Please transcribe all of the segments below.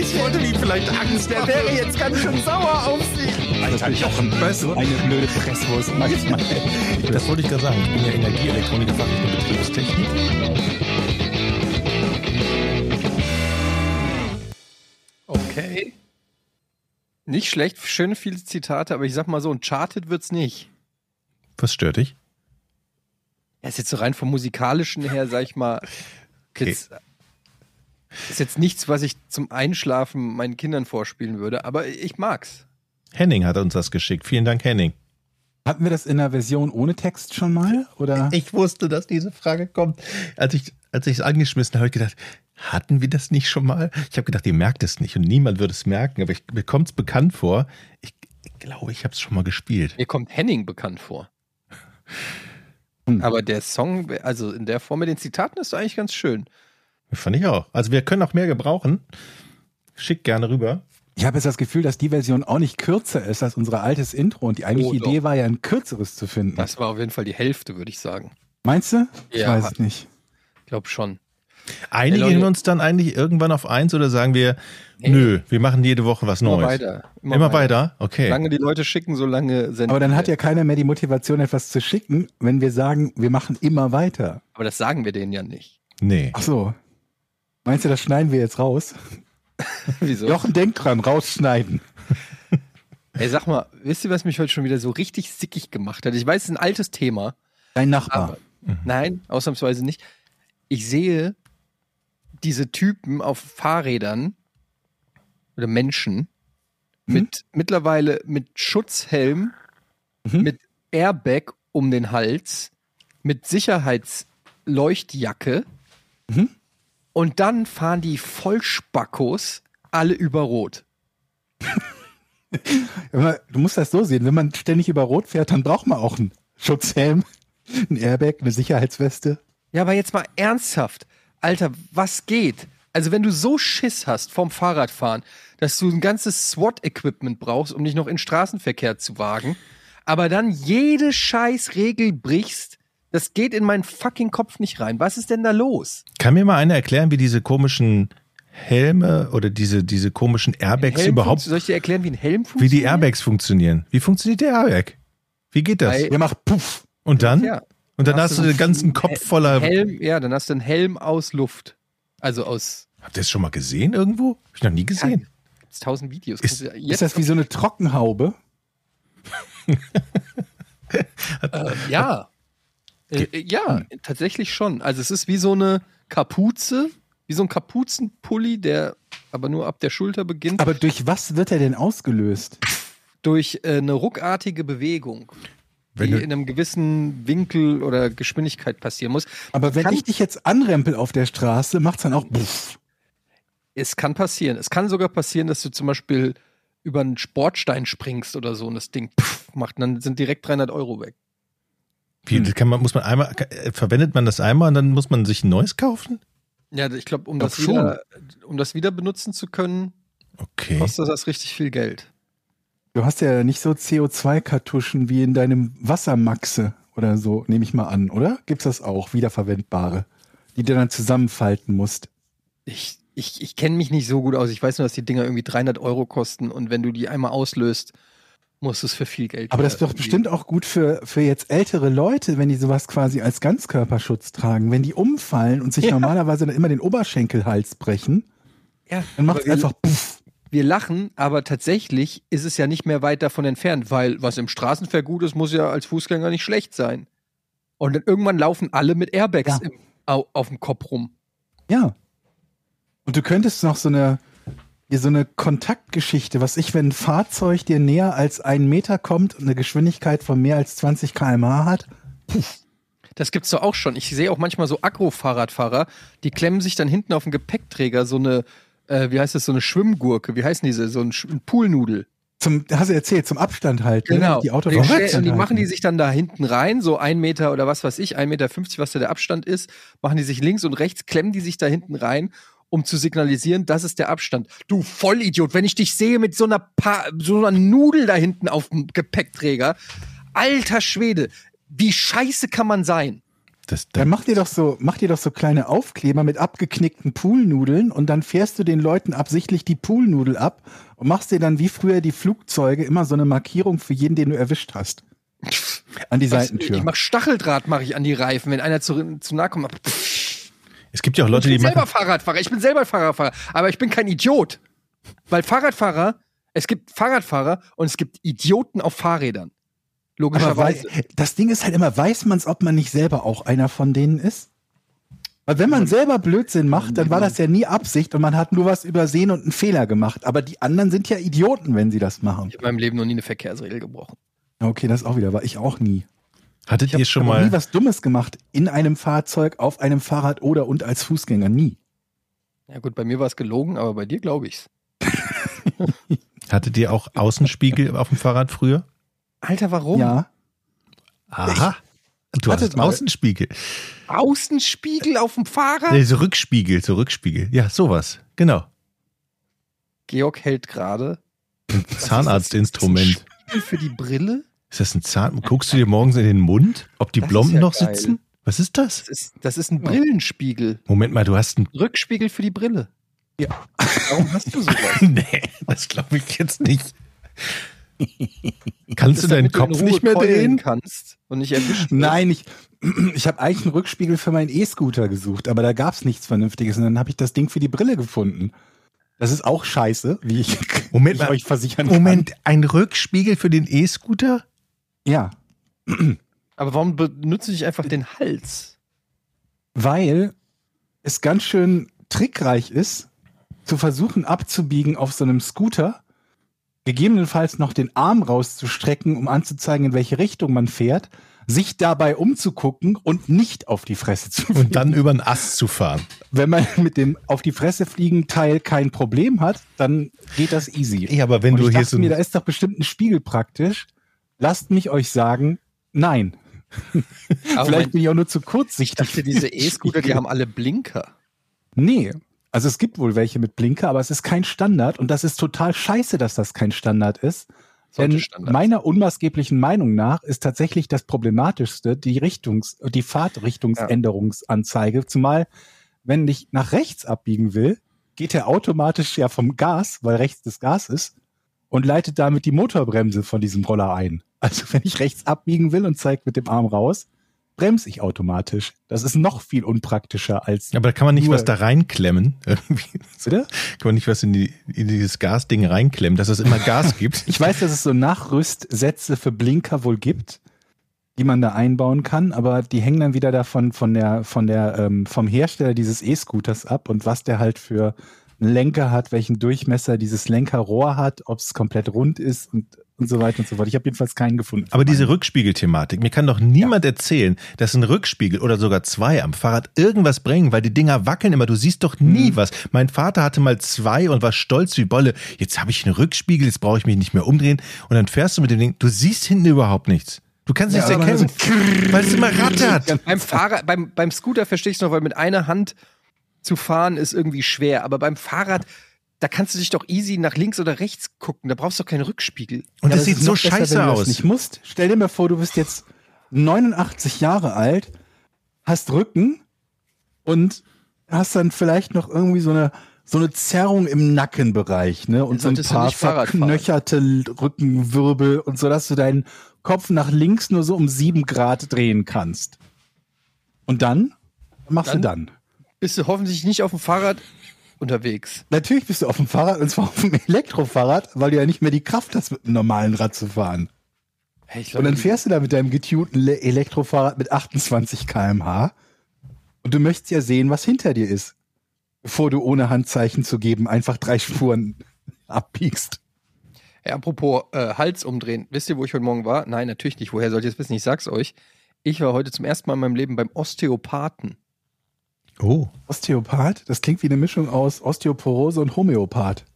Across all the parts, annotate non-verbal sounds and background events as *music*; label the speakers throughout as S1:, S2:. S1: es wollte ihm vielleicht Angst. Der wäre jetzt ganz schön sauer auf sie.
S2: Alter, Jochen,
S1: weißt du?
S2: eine blöde Presswurst manchmal.
S3: Das wollte ich gerade sagen. Ich bin ja Energieelektroniker, Fachrichtung Betriebstechnik. Okay.
S4: Nicht schlecht, schön viele Zitate, aber ich sag mal so, Uncharted wird's nicht.
S3: Was stört dich?
S4: Das ist jetzt so rein vom musikalischen her, sag ich
S3: *laughs*
S4: mal, jetzt, äh, ist jetzt nichts, was ich zum Einschlafen meinen Kindern vorspielen würde, aber ich mag's.
S3: Henning hat uns das geschickt. Vielen Dank, Henning.
S2: Hatten wir das in der Version ohne Text schon mal? Oder?
S3: Ich wusste, dass diese Frage kommt. Als ich als ich es angeschmissen habe, habe ich gedacht, hatten wir das nicht schon mal? Ich habe gedacht, ihr merkt es nicht und niemand würde es merken, aber ich, mir kommt es bekannt vor. Ich, ich glaube, ich habe es schon mal gespielt.
S4: Mir kommt Henning bekannt vor.
S2: Hm.
S4: Aber der Song, also in der Form mit den Zitaten ist eigentlich ganz schön.
S3: Fand ich auch. Also wir können auch mehr gebrauchen. Schick gerne rüber.
S2: Ich habe jetzt das Gefühl, dass die Version auch nicht kürzer ist als unser altes Intro und die eigentliche
S4: Oh, doch.
S2: Idee war ja ein kürzeres zu finden.
S4: Das war auf jeden Fall die Hälfte, würde ich sagen.
S2: Meinst du? Ich
S4: Ja.
S2: weiß es nicht.
S4: Ich glaube schon.
S3: Einigen
S4: Leute.
S3: wir uns dann eigentlich irgendwann auf eins oder sagen wir,
S4: Nee.
S3: nö, wir machen jede Woche was
S4: Immer
S3: Neues.
S4: weiter.
S3: Immer, weiter? Okay.
S4: Solange die Leute schicken, solange senden.
S2: Aber dann hat
S4: wir.
S2: ja keiner mehr die Motivation, etwas zu schicken, wenn wir sagen, wir machen immer weiter.
S4: Aber das sagen wir denen ja
S2: *laughs*
S4: nicht.
S3: Nee.
S2: Ach so. Meinst du, das schneiden wir jetzt raus?
S4: Wieso?
S2: Jochen, denk dran, rausschneiden.
S4: Ey, sag mal, wisst ihr, was mich heute schon wieder so richtig sickig gemacht hat? Ich weiß, es ist ein altes Thema.
S2: Dein Nachbar.
S4: Nein, ausnahmsweise nicht. Ich sehe diese Typen auf Fahrrädern oder Menschen
S2: Hm?
S4: mit mittlerweile mit Schutzhelm,
S2: Mhm.
S4: mit Airbag um den Hals, mit Sicherheitsleuchtjacke
S2: Mhm.
S4: und dann fahren die Vollspackos alle über Rot.
S2: Aber Du musst das so sehen, wenn man ständig über Rot fährt, dann braucht man auch einen Schutzhelm, *laughs* einen Airbag, eine Sicherheitsweste.
S4: Ja, aber jetzt mal ernsthaft. Alter, was geht? Also, wenn du so Schiss hast vom Fahrradfahren, dass du ein ganzes SWAT-Equipment brauchst, um dich noch in Straßenverkehr zu wagen, aber dann jede scheiß Regel brichst, das geht in meinen fucking Kopf nicht rein. Was ist denn da los?
S3: Kann mir mal einer erklären, wie diese komischen Helme oder diese, diese komischen
S4: Helm
S3: Airbags
S4: funktio-
S3: überhaupt,
S4: Soll ich dir erklären, wie ein Helm
S3: wie
S4: funktioniert?
S3: die Airbags funktionieren? Wie funktioniert der Airbag? Wie geht das?
S4: Bei-
S2: Der macht Puff.
S3: Und dann?
S4: Ja.
S3: Und dann hast, du den ganzen
S4: einen
S3: Kopf
S4: Hel-
S3: voller.
S4: Helm, ja, dann hast du einen Helm aus Luft. Also aus
S3: Habt ihr das schon mal gesehen irgendwo? Hab ich noch nie gesehen.
S4: gibt's tausend Videos.
S3: Ist-
S4: Kannst du
S2: Ist das wie so eine Trockenhaube?
S4: Ja. Äh, äh, ja, tatsächlich schon. Also es ist wie so eine Kapuze, wie so ein Kapuzenpulli, der aber nur ab der Schulter beginnt,
S2: Aber durch was wird er denn ausgelöst?
S4: durch äh, eine ruckartige Bewegung,
S3: Wenn
S4: die
S3: du-
S4: in einem gewissen Winkel oder Geschwindigkeit passieren muss.
S2: Aber wenn
S4: Kann-
S2: ich dich jetzt anrempel auf der Straße, macht's dann auch Puff.
S4: Es kann passieren. Es kann sogar passieren, dass du zum Beispiel über einen Sportstein springst oder so und das Ding pff, macht und dann sind direkt 300 Euro weg.
S3: Wie, das kann man, muss man einmal, äh, verwendet man das einmal und dann muss man sich ein neues kaufen?
S4: Ja, ich glaube, um,
S2: Doch
S4: das wieder- um das wieder benutzen zu können,
S3: Okay.
S4: kostet das richtig viel Geld.
S2: Du hast ja nicht so CO2-Kartuschen wie in deinem Wassermaxe oder so, nehme ich mal an, oder? Gibt's das auch, wiederverwendbare, die du dann zusammenfalten musst?
S4: Ich, ich, ich kenne mich nicht so gut aus. Ich weiß nur, dass die Dinger irgendwie 300 Euro kosten und wenn du die einmal auslöst, musst du es für viel Geld.
S2: Aber das ist
S4: wieder
S2: doch
S4: irgendwie-
S2: bestimmt auch gut für, für jetzt ältere Leute, wenn die sowas quasi als Ganzkörperschutz tragen. Wenn die umfallen und sich
S4: Ja.
S2: normalerweise dann immer den Oberschenkelhals brechen,
S4: Ja,
S2: dann macht's
S4: wir,
S2: einfach puff.
S4: wir lachen, aber tatsächlich ist es ja nicht mehr weit davon entfernt, weil was im Straßenverkehr gut ist, muss ja als Fußgänger nicht schlecht sein. Und dann irgendwann laufen alle mit Airbags
S2: Ja.
S4: im, au, auf dem Kopf rum.
S2: Ja. Und du könntest noch so eine, hier so eine Kontaktgeschichte, was ich, wenn ein Fahrzeug dir näher als einen Meter kommt und eine Geschwindigkeit von mehr als 20 km/h hat,
S4: Das gibt's doch auch schon. Ich sehe auch manchmal so Agro-Fahrradfahrer, die klemmen sich dann hinten auf den Gepäckträger so eine, äh, wie heißt das, so eine Schwimmgurke, wie heißen diese, so ein, Sch- ein Poolnudel.
S2: zum, hast du erzählt, zum Abstand halten. ne?
S4: Genau.
S2: Die Autos
S4: die,
S2: vom
S4: stellen-
S2: Abstand
S4: und die machen die
S2: halten.
S4: sich dann da hinten rein, so ein Meter oder was weiß ich, ein Meter, fünfzig, was da der Abstand ist, machen die sich links und rechts, klemmen die sich da hinten rein, um zu signalisieren, das ist der Abstand. Du Vollidiot, wenn ich dich sehe mit so einer, pa so einer Nudel da hinten auf dem Gepäckträger, alter Schwede, wie scheiße kann man sein?
S3: das, das-
S2: Dann mach dir doch so, mach dir doch so kleine Aufkleber mit abgeknickten Poolnudeln und dann fährst du den Leuten absichtlich die Poolnudel ab und machst dir dann wie früher die Flugzeuge immer so eine Markierung für jeden, den du erwischt hast. An die
S4: Ich
S2: Seitentür.
S4: mach Stacheldraht mache ich an die Reifen, wenn einer zu, zu nahe kommt. mach- Pff,
S3: es gibt ja auch
S4: Ich
S3: Leute, die
S4: bin selber
S3: machen.
S4: Fahrradfahrer, ich bin selber Fahrradfahrer, aber ich bin kein Idiot. Weil Fahrradfahrer, es gibt Fahrradfahrer und es gibt Idioten auf Fahrrädern.
S2: Aber
S4: Logischerweise.
S2: weiß, das Ding ist halt immer, weiß man es, ob man nicht selber auch einer von denen ist? Weil wenn
S3: Mhm.
S2: man selber Blödsinn macht, dann war das ja nie Absicht und man hat nur was übersehen und einen Fehler gemacht. Aber die anderen sind ja Idioten, wenn sie das machen.
S4: Ich habe in meinem Leben noch nie eine Verkehrsregel gebrochen.
S2: Okay, das auch wieder, war ich auch nie.
S3: Hattet ihr schon
S2: Ich hab noch nie
S3: mal.
S2: was Dummes gemacht in einem Fahrzeug, auf einem Fahrrad oder und als Fußgänger. Nie.
S4: Ja gut, bei mir war es gelogen, aber bei dir glaube ich's.
S3: Hattet ihr auch Außenspiegel auf dem Fahrrad früher?
S4: Alter,
S3: Oh.
S4: warum?
S2: Ja.
S3: Aha. Du
S2: Wartet
S3: hattest
S2: mal.
S3: Außenspiegel.
S4: Außenspiegel auf dem Fahrrad?
S3: Nee, so Rückspiegel, so Rückspiegel. Ja, sowas. Genau.
S4: Georg hält gerade
S3: Zahnarztinstrument.
S4: Spiegel für die Brille.
S3: Ist das ein Zahn? Guckst du dir morgens in den Mund, ob die
S4: Das ist
S3: Blomben
S4: ja
S3: noch
S4: geil.
S3: sitzen? Was ist das?
S4: Das ist, das ist ein Brillenspiegel.
S3: Moment mal, du
S4: *laughs*
S3: hast ein.
S4: Rückspiegel für die Brille.
S2: Ja.
S4: Warum hast du sowas?
S3: nee, das glaube ich jetzt nicht. Kannst du
S4: Das
S3: deinen
S4: ist, damit in
S3: Kopf
S4: Ruhe
S3: nicht mehr
S4: keulen
S3: drehen?
S4: kannst und nicht erwischt. wirst.
S2: Nein, ich, *clears throat* ich habe eigentlich einen Rückspiegel für meinen E-Scooter gesucht, aber da gab es nichts Vernünftiges und dann habe ich das Ding für die Brille gefunden. Das ist auch scheiße, wie ich,
S3: Moment
S2: wie ich
S3: mal.
S2: euch versichern
S3: Moment, ein Rückspiegel für den E-Scooter?
S2: kann. Ja,
S4: Aber warum benutze ich einfach den Hals?
S2: weil es ganz schön trickreich ist, zu versuchen abzubiegen auf so einem Scooter, gegebenenfalls noch den Arm rauszustrecken, um anzuzeigen, in welche Richtung man fährt, sich dabei umzugucken und nicht auf die Fresse zu fliegen.
S3: Und dann über einen Ast zu fahren.
S2: Wenn man mit dem auf die Fresse fliegen Teil kein Problem hat, dann geht das easy.
S3: Ja, aber wenn
S2: und
S3: du
S2: ich
S3: hier
S2: dachte
S3: so.
S2: mir, da ist doch bestimmt ein Spiegel praktisch. Lasst mich euch sagen, nein.
S4: Aber
S2: Vielleicht
S4: Vielleicht
S2: bin ich auch nur zu
S4: ich
S2: kurzsichtig.
S4: dachte, diese E-Scooter, die haben alle Blinker.
S2: Nee. Also es gibt wohl welche mit Blinker, aber es ist kein Standard und das ist total scheiße, dass das kein Standard ist.
S4: Sollte
S2: Denn
S4: Standard
S2: meiner unmaßgeblichen Meinung nach ist tatsächlich das Problematischste die Richtungs, die Fahrtrichtungsänderungsanzeige. Zumal, wenn ich nach rechts abbiegen will, geht er automatisch ja vom Gas, weil rechts das Gas ist, und leitet damit die Motorbremse von diesem Roller ein. Also *laughs* wenn ich rechts abbiegen will und zeigt mit dem Arm raus, bremse ich automatisch. Das ist noch viel unpraktischer als ne?
S3: Aber da kann man nicht
S2: Nur-
S3: was da reinklemmen. *laughs* Irgendwie.
S2: Bitte?
S3: Kann man nicht was in, die, in dieses Gasding reinklemmen, dass es immer Gas gibt?
S2: Ich weiß, dass es so Nachrüstsätze für Blinker wohl gibt, die man da einbauen kann, aber die hängen dann wieder davon von der, von der, ähm, vom Hersteller dieses E-Scooters ab und was der halt für einen Lenker hat, welchen Durchmesser dieses Lenkerrohr hat, ob es komplett rund ist und, und so weiter und so fort. Ich habe jedenfalls keinen gefunden.
S3: Aber diese Rückspiegelthematik, mir kann doch niemand erzählen, dass ein Rückspiegel oder sogar zwei am Fahrrad irgendwas bringen, weil die Dinger wackeln immer. Du siehst doch
S2: Hm.
S3: nie was. Mein Vater hatte mal zwei und war stolz wie Bolle. Jetzt habe ich einen Rückspiegel, jetzt brauche ich mich nicht mehr umdrehen. Und dann fährst du mit dem Ding, du siehst hinten überhaupt nichts. Du kannst
S2: Ja,
S3: nichts
S2: aber
S3: erkennen, weil es immer rattert.
S4: Beim Fahrrad, beim, beim Scooter verstehe ich es noch, weil mit einer Hand zu fahren ist irgendwie schwer. Aber beim Fahrrad, da kannst du dich doch easy nach links oder rechts gucken. Da brauchst du doch keinen Rückspiegel.
S3: Und
S2: Ja,
S3: das
S2: aber es
S3: sieht
S2: ist
S3: so
S2: noch besser,
S3: scheiße
S2: wenn du Das
S3: aus.
S2: nicht musst. Stell dir mal vor, du bist jetzt 89 Jahre alt, hast Rücken und hast dann vielleicht noch irgendwie so eine so eine Zerrung im Nackenbereich, ne? Und so ein
S4: solltest du
S2: paar
S4: nicht Fahrrad fahren.
S2: verknöcherte L- Rückenwirbel und so, dass du deinen Kopf nach links nur so um sieben Grad drehen kannst. Und dann Was machst du
S4: Dann?
S2: dann.
S4: Bist du hoffentlich nicht auf dem Fahrrad unterwegs.
S2: Natürlich bist du auf dem Fahrrad und zwar auf dem Elektrofahrrad, weil du ja nicht mehr die Kraft hast, mit einem normalen Rad zu fahren.
S4: Hey, ich glaub,
S2: Und dann
S4: die-
S2: fährst du da mit deinem getunten Le- Elektrofahrrad mit 28 km/h und du möchtest ja sehen, was hinter dir ist, bevor du ohne Handzeichen zu geben einfach drei Spuren *laughs* abbiegst.
S4: Ey, apropos äh, Hals umdrehen. Wisst ihr, wo ich heute Morgen war? Nein, natürlich nicht. Woher sollt ihr es wissen? Ich sag's euch. Ich war heute zum ersten Mal in meinem Leben beim Osteopathen.
S3: Oh,
S2: Osteopath, das klingt wie eine Mischung aus Osteoporose und Homöopath.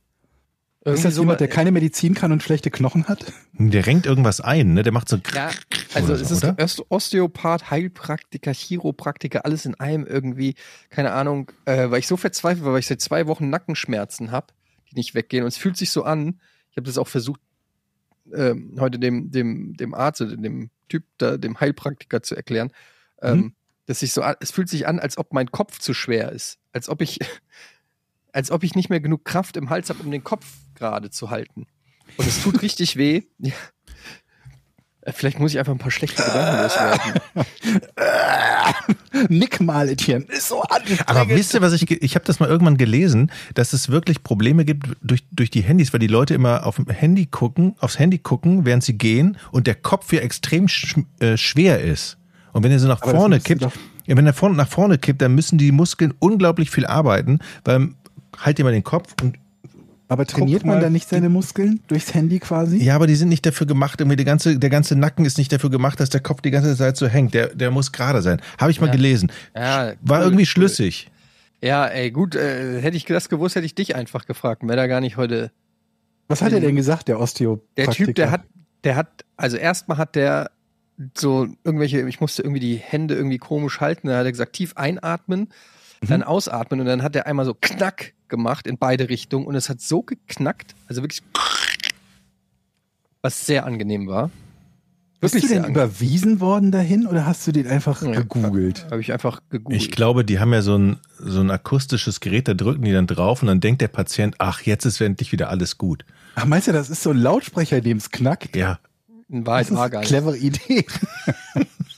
S2: ist das
S4: so
S2: jemand, der keine Medizin kann und schlechte Knochen hat? *laughs*
S3: der renkt irgendwas ein, ne? Der macht so.
S4: Ja, also
S3: Oder so,
S4: es ist
S3: oder?
S4: Oste- Osteopath, Heilpraktiker, Chiropraktiker, alles in einem irgendwie, keine Ahnung, äh, weil ich so verzweifelt war, weil ich seit zwei Wochen Nackenschmerzen habe, die nicht weggehen. Und es fühlt sich so an, ich habe das auch versucht,
S3: Mhm.
S4: ähm, heute dem, dem, dem Arzt oder dem Typ da, dem Heilpraktiker zu erklären, ähm, dass ich so, an- es fühlt sich an, als ob mein Kopf zu schwer ist. Als ob ich, *laughs* als ob ich nicht mehr genug Kraft im Hals habe, um den Kopf gerade zu halten. Und es tut richtig weh. Ja. Äh, Vielleicht muss ich einfach ein paar schlechte Gedanken loswerden.
S2: Nick mal, Etienne. Ist so anstrengend.
S3: Aber wisst ihr, was ich, ge- ich habe das mal irgendwann gelesen, dass es wirklich Probleme gibt durch, durch die Handys, weil die Leute immer auf dem Handy gucken, aufs Handy gucken, während sie gehen und der Kopf ja extrem sch, äh, schwer ist. Und wenn er so nach
S2: Aber das
S3: vorne
S2: müsste
S3: kippt,
S2: doch-
S3: ja, wenn er vorne, nach vorne kippt, dann müssen die Muskeln unglaublich viel arbeiten, weil halt immer den Kopf und
S2: Aber trainiert
S3: Guck
S2: man
S3: mal,
S2: dann nicht seine Muskeln durchs Handy quasi?
S3: ja, aber die sind nicht dafür gemacht, irgendwie der ganze, der ganze Nacken ist nicht dafür gemacht, dass der Kopf die ganze Zeit so hängt. Der, der muss gerade sein. Habe ich mal
S4: Ja.
S3: gelesen.
S4: Ja,
S3: War
S4: cool,
S3: irgendwie
S4: cool.
S3: schlüssig.
S4: Ja, ey, gut, äh, hätte ich das gewusst, hätte ich dich einfach gefragt. Wäre da gar nicht heute
S2: Was hat er denn gesagt, der
S4: Der
S2: Osteopraktiker?
S4: Typ, der hat, der hat, also erstmal hat der so irgendwelche, ich musste irgendwie die Hände irgendwie komisch halten, dann hat er gesagt, tief einatmen, dann ausatmen und dann hat er einmal so knack gemacht in beide Richtungen und es hat so geknackt, also wirklich, was sehr angenehm war.
S2: Bist du
S4: sehr
S2: denn
S4: angenehm.
S2: überwiesen worden dahin oder hast du den einfach
S4: Nee.
S2: gegoogelt?
S4: Habe ich einfach gegoogelt.
S3: Ich glaube, die haben ja so ein, so ein akustisches Gerät, da drücken die dann drauf und dann denkt der Patient, ach, jetzt ist endlich wieder alles gut.
S2: Ach, meinst du, das ist so ein Lautsprecher, dem es knackt?
S3: Ja.
S4: In
S2: das
S4: Wahrheit
S2: ist
S4: war
S2: eine
S4: gar nicht. *laughs*
S2: clevere Idee.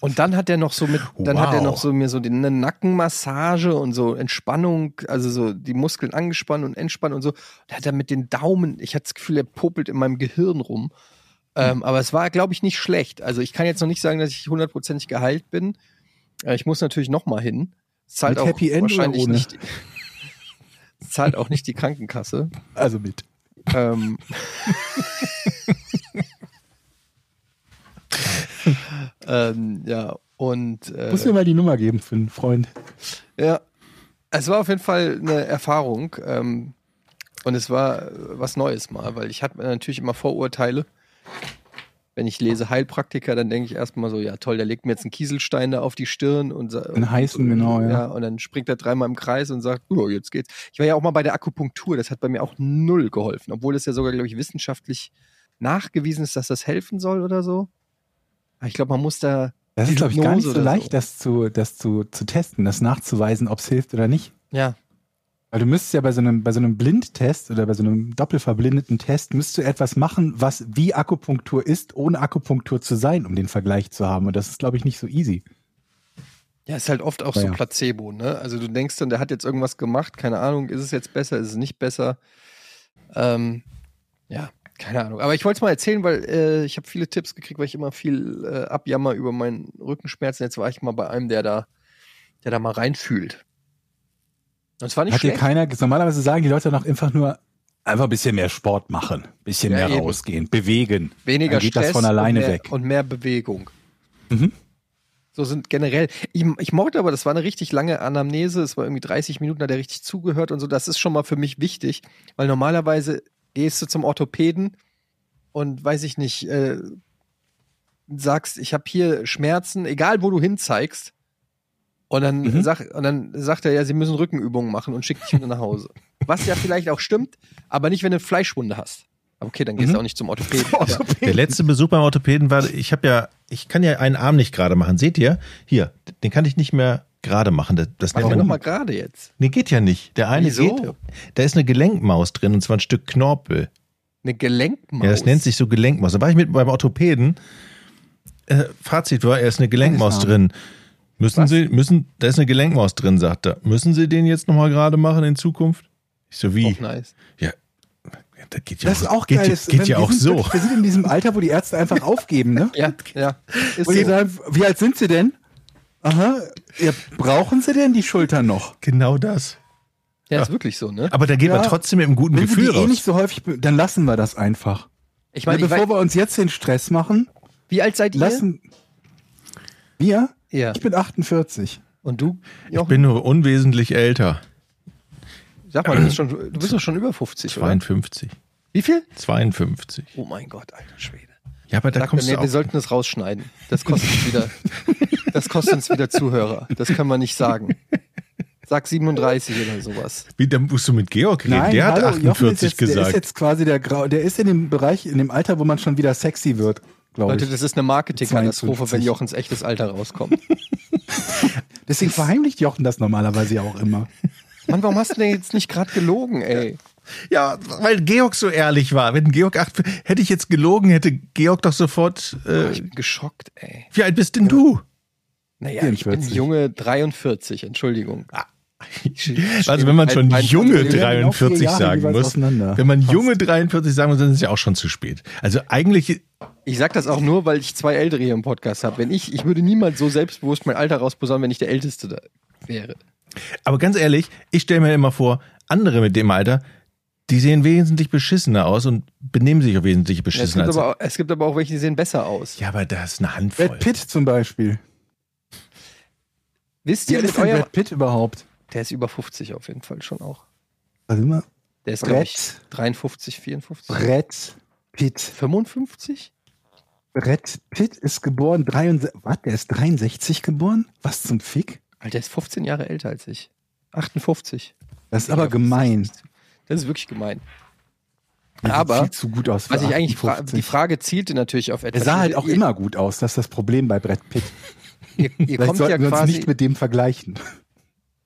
S4: Und dann hat er noch so mit, dann hat er
S3: Wow.
S4: noch so mir so den- eine Nackenmassage und so Entspannung, also so die Muskeln angespannt und entspannt und so. Da hat er mit den Daumen, ich hatte das Gefühl, er popelt in meinem Gehirn rum. Ähm, aber es war, glaube ich, nicht schlecht. Also ich kann jetzt noch nicht sagen, dass ich hundertprozentig geheilt bin. Äh, ich muss natürlich noch mal hin. Es zahlt
S2: Mit
S4: auch
S2: Happy End oder
S4: wahrscheinlich
S2: ohne?
S4: nicht. Es zahlt auch nicht die *laughs* Krankenkasse.
S2: Also mit.
S4: Ähm. ähm, ja, und äh,
S2: Muss mir mal die Nummer geben für einen Freund.
S4: ja, es war auf jeden Fall eine Erfahrung ähm, und es war äh, was Neues mal, weil ich hatte natürlich immer Vorurteile. Wenn ich lese Heilpraktiker, dann denke ich erstmal so, ja toll, der legt mir jetzt einen Kieselstein da auf die Stirn und sa-
S2: Einen heißen, genau, ja.
S4: und dann springt er dreimal im Kreis und sagt, oh, jetzt geht's. Ich war ja auch mal bei der Akupunktur, das hat bei mir auch null geholfen, obwohl es ja sogar, glaube ich, wissenschaftlich nachgewiesen ist, dass das helfen soll oder so. Aber ich glaube, man muss da,
S2: Das ist, glaube ich, gar
S4: Hypnose
S2: nicht so
S4: oder so.
S2: leicht, das, zu, das zu, zu testen, das nachzuweisen, ob es hilft oder nicht.
S4: ja,
S2: Weil du müsstest ja bei so einem, bei so einem Blindtest oder bei so einem doppelverblindeten Test, müsstest du etwas machen, was wie Akupunktur ist, ohne Akupunktur zu sein, um den Vergleich zu haben. Und das ist, glaube ich, nicht so easy.
S4: Ja, ist halt oft auch
S2: Ja,
S4: so
S2: ja.
S4: Placebo, ne? Also du denkst dann, der hat jetzt irgendwas gemacht, keine Ahnung, ist es jetzt besser, ist es nicht besser? Ähm, ja, keine Ahnung. Aber ich wollte es mal erzählen, weil äh, ich habe viele Tipps gekriegt, weil ich immer viel äh, abjammer über meinen Rückenschmerzen. Jetzt war ich mal bei einem, der da, der da mal reinfühlt. Und es war nicht
S2: Hat dir
S4: schlecht.
S2: keiner, normalerweise sagen die Leute doch einfach nur, einfach ein bisschen mehr Sport machen, ein bisschen
S4: Ja,
S2: mehr
S4: eben.
S2: rausgehen, bewegen.
S4: Weniger
S2: Dann geht das
S4: Stress
S2: von alleine
S4: und, mehr,
S2: weg.
S4: und mehr Bewegung.
S2: Mhm.
S4: So sind generell. Ich, ich mochte aber, das war eine richtig lange Anamnese. Es war irgendwie 30 Minuten, hat er richtig zugehört und so. Das ist schon mal für mich wichtig, weil normalerweise gehst du zum Orthopäden und weiß ich nicht, äh, sagst, ich habe hier Schmerzen, egal wo du hinzeigst. Und dann,
S2: Mhm.
S4: sag, und dann sagt er ja, sie müssen Rückenübungen machen und schickt dich wieder nach Hause. Was ja vielleicht auch stimmt, aber nicht, wenn du Fleischwunde hast. Okay, dann gehst du
S2: Mhm.
S4: auch nicht zum
S2: *laughs*
S4: Orthopäden. Aber-
S3: Der letzte Besuch beim Orthopäden war, ich habe ja, ich kann ja einen Arm nicht gerade machen. Seht ihr? Hier, den kann ich nicht mehr gerade machen. Das, das
S4: Mach
S3: nennt
S4: mir
S3: man-
S4: noch mal gerade jetzt.
S3: Nee, geht ja nicht. Der eine
S4: Wieso?
S3: geht. Da ist eine Gelenkmaus drin und zwar ein Stück Knorpel.
S4: Eine Gelenkmaus.
S3: Ja, das nennt sich so Gelenkmaus. Da war ich mit beim Orthopäden. Äh, Fazit war, er ist eine Gelenkmaus
S2: Alles
S3: drin. Müssen
S4: Was?
S3: Sie, müssen, da ist eine Gelenkmaus drin, sagt er. Müssen Sie den jetzt nochmal gerade machen in Zukunft? Ich so, wie?
S4: Auch nice.
S3: Ja, das geht ja
S2: Das ist auch
S3: geht,
S2: geil.
S3: ja-
S2: das-
S3: Geht ja
S2: wir
S3: auch
S2: sind
S3: so.
S2: wirklich- Wir sind in diesem Alter, wo die Ärzte einfach *laughs* aufgeben, ne?
S4: Ja, ja. Ist
S2: Und die
S4: so.
S2: sagen, wie alt sind sie denn? Aha, ja, brauchen sie denn die Schultern noch?
S3: *laughs* Genau das.
S4: ja, ist wirklich so, ne?
S3: Aber da geht
S2: Ja.
S3: man trotzdem mit einem guten
S2: Wenn sie die
S3: Gefühl
S2: eh
S3: raus.
S2: nicht so häufig, be- dann lassen wir das einfach.
S4: Ich
S2: Ja,
S4: meine, ich
S2: bevor
S4: weiß-
S2: wir uns jetzt den Stress machen,
S4: wie alt seid ihr?
S2: lassen wir,
S4: ja.
S2: ich bin 48.
S4: Und du?
S3: ich
S4: Jochen?
S3: bin nur unwesentlich älter.
S4: Sag mal, du bist, schon, du bist doch schon über 50, oder?
S3: 52.
S4: Wie viel?
S3: 52.
S4: Oh mein Gott, alter Schwede.
S3: Ja, aber da
S4: Sag,
S3: kommst
S4: nee,
S3: du
S4: wir
S3: auch.
S4: sollten das rausschneiden. Das kostet uns wieder, das kostet uns wieder Zuhörer. Das können wir nicht sagen. Sag 37 oder sowas.
S3: Wie, da musst du mit Georg reden.
S2: Nein,
S3: der hat
S2: hallo, Jochen
S3: 48
S2: ist jetzt, Der ist
S3: gesagt.
S2: jetzt quasi der Grau, der ist in dem Bereich, in dem Alter, wo man schon wieder sexy wird, glaube
S4: Leute,
S2: ich.
S4: das ist eine Marketingkatastrophe, wenn
S2: 52.
S4: Jochens echtes Alter rauskommt.
S2: Deswegen verheimlicht Jochen das normalerweise ja
S3: *laughs*
S2: auch immer.
S4: Mann, warum hast du denn jetzt nicht gerade gelogen, ey?
S3: Ja, weil Georg so ehrlich war. Wenn Georg acht, hätte ich jetzt gelogen, hätte Georg doch sofort.
S4: Boah,
S3: Äh,
S4: ich bin geschockt, ey.
S3: wie alt bist denn du?
S4: Naja, ich
S2: 44.
S4: bin junge 43, Entschuldigung.
S3: *laughs* Also wenn man schon
S4: Ein- ein-
S3: junge
S4: ein-
S2: genau vier
S3: 43
S2: Jahre
S3: sagen
S2: jeweils
S3: muss,
S2: auseinander.
S3: wenn man junge 43 sagen muss, dann ist es ja auch schon zu spät. Also eigentlich,
S4: Ich sag das auch nur, weil ich zwei Ältere hier im Podcast habe. Wenn ich, ich würde niemals so selbstbewusst mein Alter rausposaunen, wenn ich der Älteste da wäre.
S3: aber ganz ehrlich, ich stelle mir immer vor, andere mit dem Alter, die sehen wesentlich beschissener aus und benehmen sich auch wesentlich
S4: Es
S3: beschissener.
S4: gibt,
S2: also
S3: Als
S4: aber, auch- es gibt aber auch welche, die sehen besser aus.
S3: ja, aber da ist eine Handvoll.
S2: Brad Pitt zum Beispiel.
S4: Wisst
S2: Wie
S4: ihr
S2: alt
S4: mit
S2: ist denn
S4: eurem.
S2: Brad Pitt überhaupt?
S4: Der ist über 50 auf jeden Fall schon auch.
S2: Warte mal.
S4: Der ist, glaube ich,
S2: Brett,
S4: 53, 54.
S2: Brett Pitt.
S4: 55?
S2: Brett Pitt ist geboren 63. Was? Der ist 63 geboren? Was zum Fick?
S4: Alter, der ist 15 Jahre älter als ich. 58.
S2: Das ist aber gemein.
S4: Das ist wirklich gemein.
S2: Der sieht
S4: Aber,
S2: viel zu gut aus. für
S4: Was ich eigentlich fra
S2: 58.
S4: die Frage zielte natürlich auf etwas.
S2: Er sah halt auch
S4: ihr,
S2: immer gut aus. Das ist das Problem bei Brett Pitt.
S4: Ihr, ihr,
S2: Vielleicht
S4: kommt
S2: sollten
S4: ja
S2: wir uns
S4: quasi,
S2: nicht mit dem vergleichen.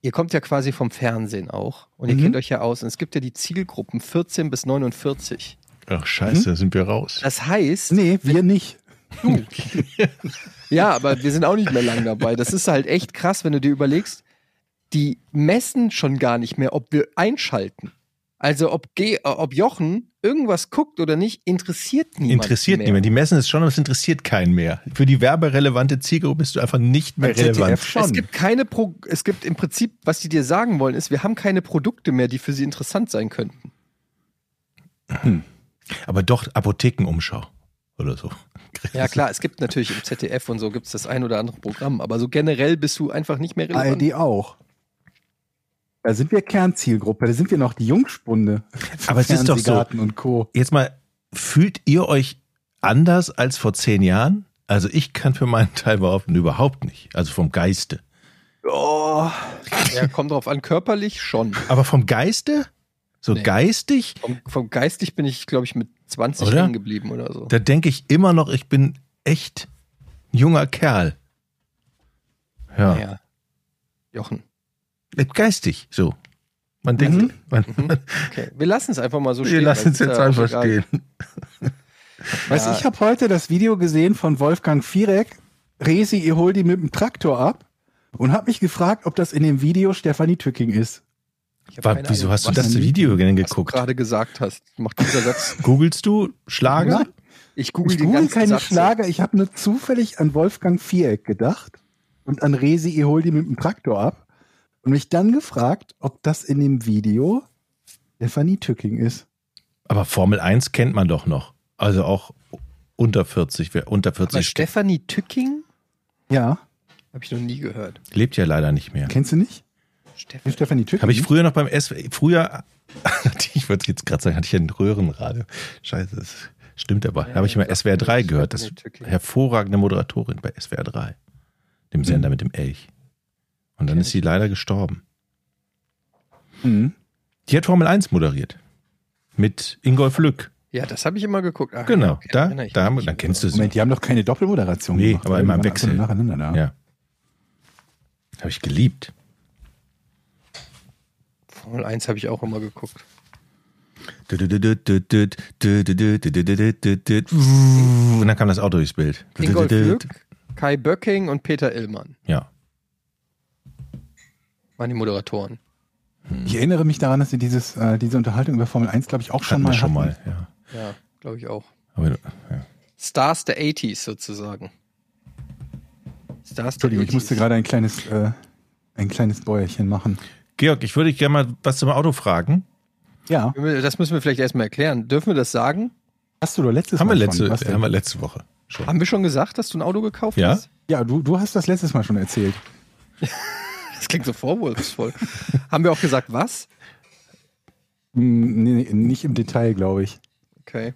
S4: ihr kommt ja quasi vom Fernsehen auch und ihr
S2: Mhm.
S4: kennt euch ja aus. Und es gibt ja die Zielgruppen 14 bis 49.
S3: Ach
S4: Hm?
S3: scheiße, da sind wir raus.
S4: Das heißt,
S2: Nee, wir nicht.
S4: ja, aber wir sind auch nicht mehr lang dabei. Das ist halt echt krass, wenn du dir überlegst, die messen schon gar nicht mehr, ob wir einschalten. Also ob, Ge äh, ob Jochen irgendwas guckt oder nicht, interessiert niemand.
S3: Interessiert
S4: mehr.
S3: niemand. Die messen es schon, aber es interessiert keinen mehr. Für die werberelevante Zielgruppe bist du einfach nicht mehr
S2: Bei ZDF
S3: relevant.
S2: schon.
S4: Es gibt keine Pro es gibt im Prinzip, was die dir sagen wollen, ist, wir haben keine Produkte mehr, die für sie interessant sein könnten.
S3: Aber doch Apothekenumschau oder so.
S4: Ja klar, es gibt natürlich im ZDF und so gibt es das ein oder andere Programm, aber so generell bist du einfach nicht mehr relevant.
S2: ARD auch. Da sind wir Kernzielgruppe. Da sind wir noch die Jungspunde.
S3: Aber es ist doch so.
S2: Fernsehgarten und Co.
S3: Jetzt mal, fühlt ihr euch anders als vor zehn Jahren? Also ich kann für meinen Teil behaupten, überhaupt nicht. Also vom Geiste. Oh.
S4: Ja, kommt drauf an, körperlich schon.
S3: Aber vom Geiste? So
S4: Nee.
S3: geistig?
S4: Vom, vom geistig bin ich, glaube ich, mit 20
S3: Oder?
S4: hängen geblieben oder so.
S3: Da denke ich immer noch, ich bin echt ein junger Kerl. Ja.
S4: Ja. Jochen.
S3: Geistig, so. Man denkt, man, *laughs* man,
S4: Okay. Wir lassen es einfach mal so
S3: wir
S4: stehen.
S3: lassen
S4: Mhm. weil
S3: es jetzt
S4: ja auch
S3: einfach
S4: egal.
S3: stehen.
S2: Weißt du,
S4: Ja.
S2: ich habe heute das Video gesehen von Wolfgang Viereck. Resi, ihr holt die mit dem Traktor ab. Und habe mich gefragt, ob das in dem Video Stefanie Tücking ist.
S4: Ich hab
S3: Wa-
S4: keine
S3: Wieso
S4: Ahnung,
S3: hast du
S4: was
S3: das Video denn
S4: was du
S3: geguckt?
S4: gerade gesagt hast? Macht dieser Satz.
S3: Googlest du Schlager?
S2: Nein,
S4: Ich google
S2: Ich
S4: den
S2: google
S4: ganzen
S2: keine
S4: Satz.
S2: Schlager. Ich habe nur zufällig an Wolfgang Viereck gedacht. Und an Resi, ihr holt die mit dem Traktor ab. Und mich dann gefragt, ob das in dem Video Stefanie Tücking ist.
S3: Aber Formel 1 kennt man doch noch. Also auch unter 40. Wer unter
S4: Aber
S3: 40 steht,
S4: Stephanie Tücking?
S2: Ja,
S4: Habe ich noch nie gehört.
S3: lebt ja leider nicht mehr.
S2: kennst du nicht?
S4: Stephanie.
S2: Stefanie Tücking?
S3: Habe ich früher noch beim S. Früher. *laughs* ich wollte jetzt gerade sagen, hatte ich ja ein Röhrenradio. Scheiße, das stimmt aber.
S4: Ja,
S3: Habe ich mal
S4: das
S3: SWR 3
S4: ist
S3: gehört. Das
S4: natürlich okay.
S3: hervorragende Moderatorin bei SWR 3. Dem Sender mit dem Elch. Und dann
S4: Hm. Kenn
S3: ist sie
S4: ich.
S3: leider gestorben. Hm.
S2: Mhm.
S3: Die hat Formel 1 moderiert. Mit Ingolf Lück.
S4: Ja, das habe ich immer geguckt. Ach,
S3: Genau.
S4: okay,
S3: Da,
S4: erinnere ich
S3: da,
S4: mich.
S3: dann kennst du sie.
S2: Moment, die haben doch keine Doppelmoderation
S3: Nee,
S2: gemacht.
S3: aber
S2: oder?
S3: immer
S2: Die
S3: im
S2: waren
S3: Wechsel.
S2: alle Nacheinander da.
S3: Ja. Habe ich geliebt.
S4: Formel 1 habe ich auch immer geguckt.
S3: Und dann kam das Auto durchs Bild.
S4: Ingolf Lück, Kai Böcking und Peter Illmann
S3: Ja.
S4: waren die Moderatoren.
S2: Ich erinnere mich daran, dass wir dieses, äh, diese Unterhaltung über Formel 1, glaube ich, auch schon
S3: Hatten wir
S2: mal
S3: schon
S2: hatten.
S3: mal. Ja.
S4: Ja, glaube ich auch.
S3: Aber, ja.
S4: Stars der 80s sozusagen. Stars der
S2: Entschuldigung, ich musste gerade ein kleines, äh, ein kleines Bäuerchen machen.
S3: Georg, ich würde dich gerne mal was zum Auto fragen.
S2: Ja,
S4: Das müssen wir vielleicht erstmal erklären. Dürfen wir das sagen?
S2: hast du doch letztes
S3: Haben wir,
S2: Mal
S3: letzte,
S2: schon. Was denn?
S3: haben wir letzte Woche schon.
S4: Haben wir schon gesagt, dass du ein Auto gekauft
S3: Ja.
S4: hast?
S2: Ja, du, du hast das letztes Mal schon erzählt.
S4: Das klingt so
S2: *laughs*
S4: vorwurfsvoll. Haben wir auch gesagt, was?
S2: Hm, nee, nee, nicht im Detail, glaube ich.
S4: Okay.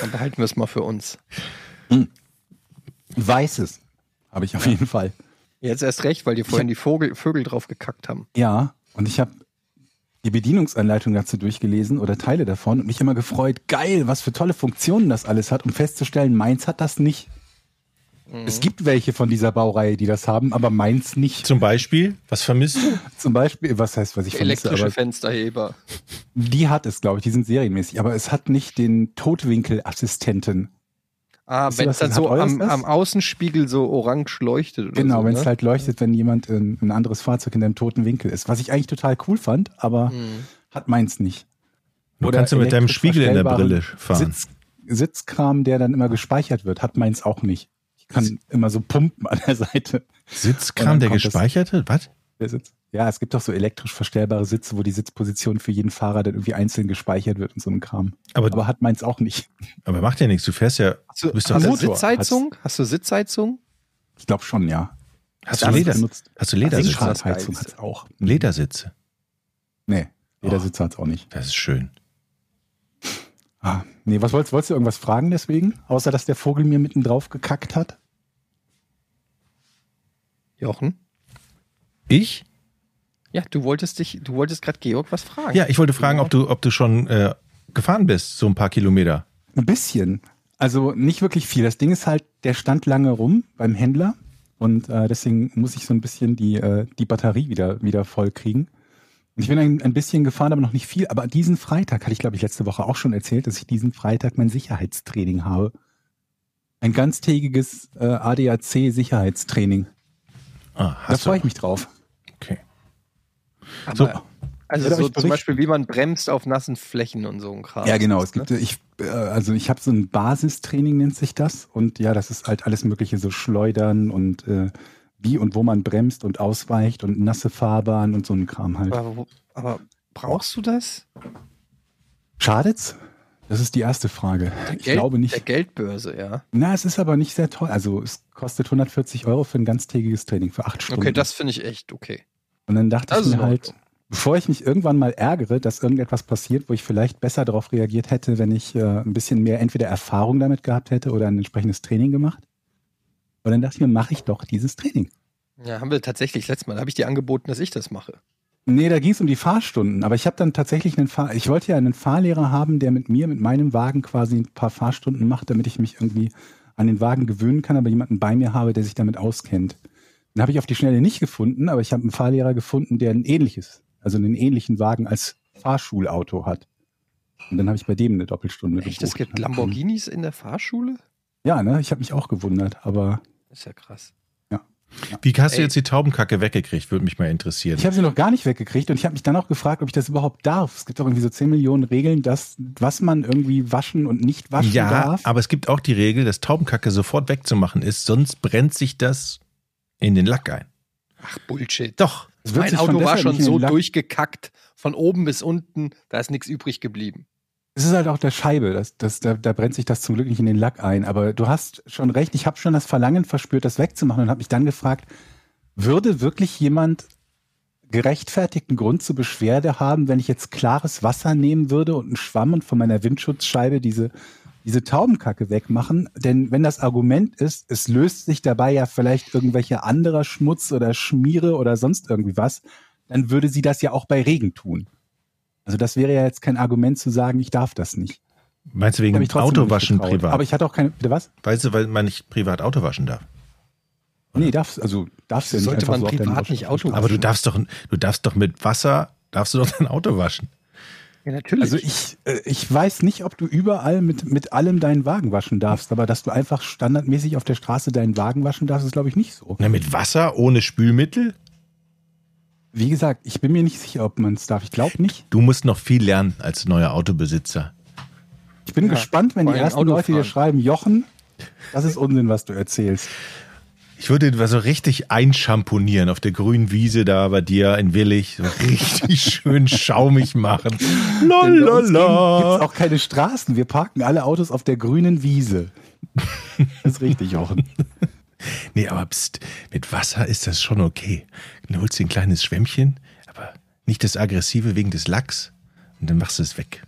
S4: Dann behalten wir es mal für uns.
S2: Weißes habe ich auf jeden Fall.
S4: Jetzt erst recht, weil dir vorhin die Vogel, Vögel drauf gekackt haben.
S2: Ja, und ich habe die Bedienungsanleitung dazu durchgelesen oder Teile davon und mich immer gefreut, geil, was für tolle Funktionen das alles hat, um festzustellen, meins hat das nicht.
S3: Mhm.
S2: Es gibt welche von dieser Baureihe, die das haben, aber meins nicht.
S3: Zum Beispiel, was vermisst du?
S2: Zum Beispiel, was heißt, was ich vermisse,
S4: Elektrische
S2: aber
S4: Fensterheber.
S2: die hat es, glaube ich, die sind serienmäßig, aber es hat nicht den Totwinkelassistenten.
S4: Ah,
S2: Wisst ihr,
S4: wenn
S2: was
S4: es dann
S2: das
S4: so
S2: hat, euer
S4: am,
S2: ist?
S4: am Außenspiegel so orange leuchtet. Oder
S2: Genau,
S4: so,
S2: wenn es
S4: ne?
S2: halt leuchtet, wenn jemand in, ein anderes Fahrzeug in einem toten Winkel ist. Was ich eigentlich total cool fand, aber
S4: Mhm.
S2: hat meins nicht.
S3: Du
S2: Oder
S3: kannst du mit deinem
S2: elektrisch
S3: Spiegel in der
S2: verstellbaren
S3: Brille fahren.
S2: Sitz, Sitzkram, der dann immer gespeichert wird, hat meins auch nicht. Ich kann immer so pumpen an der *laughs* Seite. Und
S3: Sitzkram,
S2: dann
S3: der
S2: kommt das-
S3: gespeichert wird? Was?
S2: Der Sitz. Ja, es gibt doch so elektrisch verstellbare Sitze, wo die Sitzposition für jeden Fahrer dann irgendwie einzeln gespeichert wird und so ein Kram.
S3: Aber, aber,
S2: Aber hat meins auch nicht.
S3: macht ja nichts. Du fährst ja.
S4: Hast du,
S3: Du bist doch
S4: hast du
S3: Motor.
S4: Sitzheizung? Hast du Sitzheizung?
S2: Ich glaube schon, ja.
S3: Hast
S2: Ja,
S3: du
S2: das
S3: Leder?
S2: benutzt.
S3: Hast du
S4: Das ist
S3: Ledersitze?
S4: schon-
S2: Sitzheizung hat es auch.
S3: Ledersitze.
S2: Nee,
S3: Ah.
S2: Ledersitz hat's auch nicht.
S3: Das ist schön.
S2: Ah, nee, was wolltest, wolltest du irgendwas fragen deswegen? Außer, dass der Vogel mir mitten drauf gekackt hat?
S4: Jochen?
S3: Ich?
S4: Ja, du wolltest dich, du wolltest gerade Georg was fragen.
S3: Ja, ich wollte fragen, ob
S2: Genau.
S3: du, ob du schon äh, gefahren bist, so ein paar Kilometer.
S2: Ein bisschen. Also nicht wirklich viel. Das Ding ist halt, der stand lange rum beim Händler und äh, deswegen muss ich so ein bisschen die, äh, die Batterie wieder, wieder voll kriegen. Und ich bin ein, ein bisschen gefahren, aber noch nicht viel. Aber diesen Freitag, hatte ich glaube ich letzte Woche auch schon erzählt, dass ich diesen Freitag mein Sicherheitstraining habe. Ein ganztägiges äh, ADAC-Sicherheitstraining.
S3: Ah,
S2: Da
S3: hast
S2: freue
S3: du.
S2: ich mich drauf.
S3: Okay.
S4: Aber,
S3: So.
S4: Also
S2: Ja, darf
S4: so zum
S2: ich berichten?
S4: Beispiel, wie man bremst auf nassen Flächen und so ein Kram.
S2: Ja, genau.
S4: Ne?
S2: Es gibt, äh, ich, äh, also ich habe so ein Basistraining, nennt sich das. Und ja, das ist halt alles Mögliche, so Schleudern und äh, wie und wo man bremst und ausweicht und nasse Fahrbahn und so ein Kram halt.
S4: aber, wo- aber brauchst du das?
S2: Schadet's? Das ist die erste Frage. Ich
S4: Geld-
S2: glaube
S4: Der
S2: nicht.
S4: Geldbörse, ja.
S2: Na, es ist aber nicht sehr toll. Also es kostet 140 Euro für ein ganztägiges Training, für acht Stunden.
S4: Okay, das finde ich echt okay.
S2: und dann dachte
S4: das
S2: ich
S4: ist
S2: mir
S4: in
S2: halt,
S4: Ordnung.
S2: bevor ich mich irgendwann mal ärgere, dass irgendetwas passiert, wo ich vielleicht besser darauf reagiert hätte, wenn ich äh, ein bisschen mehr entweder Erfahrung damit gehabt hätte oder ein entsprechendes Training gemacht. Und dann dachte ich mir, mache ich doch dieses Training.
S4: Ja, haben wir tatsächlich letztes Mal, da habe ich dir angeboten, dass ich das mache.
S2: Nee, da ging es um die Fahrstunden, aber ich habe dann tatsächlich einen Fahr ich wollte ja einen Fahrlehrer haben, der mit mir, mit meinem Wagen quasi ein paar Fahrstunden macht, damit ich mich irgendwie an den Wagen gewöhnen kann, aber jemanden bei mir habe, der sich damit auskennt. Den habe ich auf die Schnelle nicht gefunden, aber ich habe einen Fahrlehrer gefunden, der ein ähnliches, also einen ähnlichen Wagen als Fahrschulauto hat. Und dann habe ich bei dem eine ne? Doppelstunde
S4: Echt, es
S2: gebucht.
S4: gibt Lamborghinis in der Fahrschule?
S2: Ja, ne, ich habe mich auch gewundert, aber
S4: Ist ja krass.
S3: Wie hast du
S4: Ey.
S3: jetzt die Taubenkacke weggekriegt? Würde mich mal interessieren.
S2: ich habe sie noch gar nicht weggekriegt und ich habe mich dann auch gefragt, ob ich das überhaupt darf. Es gibt doch irgendwie so 10 Millionen Regeln, dass was man irgendwie waschen und nicht waschen
S3: ja,
S2: darf.
S3: aber es gibt auch die Regel, dass Taubenkacke sofort wegzumachen ist, sonst brennt sich das in den Lack ein.
S4: Ach, Bullshit.
S3: Doch.
S2: Es wird
S4: Mein
S2: sich von
S4: Auto war
S2: deshalb
S4: schon
S2: nicht in den
S4: so
S2: Lack-
S4: durchgekackt, von oben bis unten, da ist nichts übrig geblieben.
S2: Es ist halt auch der Scheibe, das, das, da, da brennt sich das zum Glück nicht in den Lack ein. Aber du hast schon recht, ich habe schon das Verlangen verspürt, das wegzumachen und habe mich dann gefragt, würde wirklich jemand gerechtfertigten Grund zur Beschwerde haben, wenn ich jetzt klares Wasser nehmen würde und einen Schwamm und von meiner Windschutzscheibe diese, diese Taubenkacke wegmachen? Denn wenn das Argument ist, es löst sich dabei ja vielleicht irgendwelcher anderer Schmutz oder Schmiere oder sonst irgendwie was, dann würde sie das ja auch bei Regen tun. Also das wäre ja jetzt kein Argument zu sagen, ich darf das nicht.
S3: Meinst du
S2: Ich hab
S3: wegen
S2: mich trotzdem
S3: Autowaschen
S2: nicht getraut.
S3: privat?
S2: Aber ich hatte auch keine. Bitte was?
S3: weißt du, weil man nicht privat Auto waschen darf?
S2: Nee, darfst also darfst du ja nicht
S4: Sollte
S2: einfach
S4: man
S2: so auf deine
S4: privat
S2: Baustelle
S4: nicht Auto
S2: stellen.
S3: Aber du darfst doch, du darfst doch mit Wasser, darfst du doch dein Auto waschen.
S4: Ja, natürlich.
S2: Also ich, äh, ich weiß nicht, ob du überall mit, mit allem deinen Wagen waschen darfst, aber dass du einfach standardmäßig auf der Straße deinen Wagen waschen darfst, ist glaube ich nicht so.
S3: Na, mit Wasser ohne Spülmittel?
S2: Wie gesagt, ich bin mir nicht sicher, ob man es darf. Ich glaube nicht.
S3: Du musst noch viel lernen als neuer Autobesitzer.
S2: Ich bin gespannt, wenn
S4: vor
S2: die
S4: allem
S2: ersten
S4: Auto
S2: Leute dir
S4: fahren.
S2: schreiben, Jochen, das ist Unsinn, was du erzählst.
S3: Ich würde dir so richtig einschamponieren auf der grünen Wiese da bei dir in Willig. So
S2: *laughs*
S3: richtig schön schaumig machen.
S2: Denn bei uns
S3: Lalala.
S2: gibt's auch keine Straßen. Wir parken alle Autos auf der
S3: *laughs*
S2: grünen Wiese. Das ist richtig, Jochen.
S3: Nee, aber pst, mit Wasser ist das schon okay. Du holst dir ein kleines Schwämmchen, aber nicht das Aggressive wegen des Lacks und dann machst du es weg.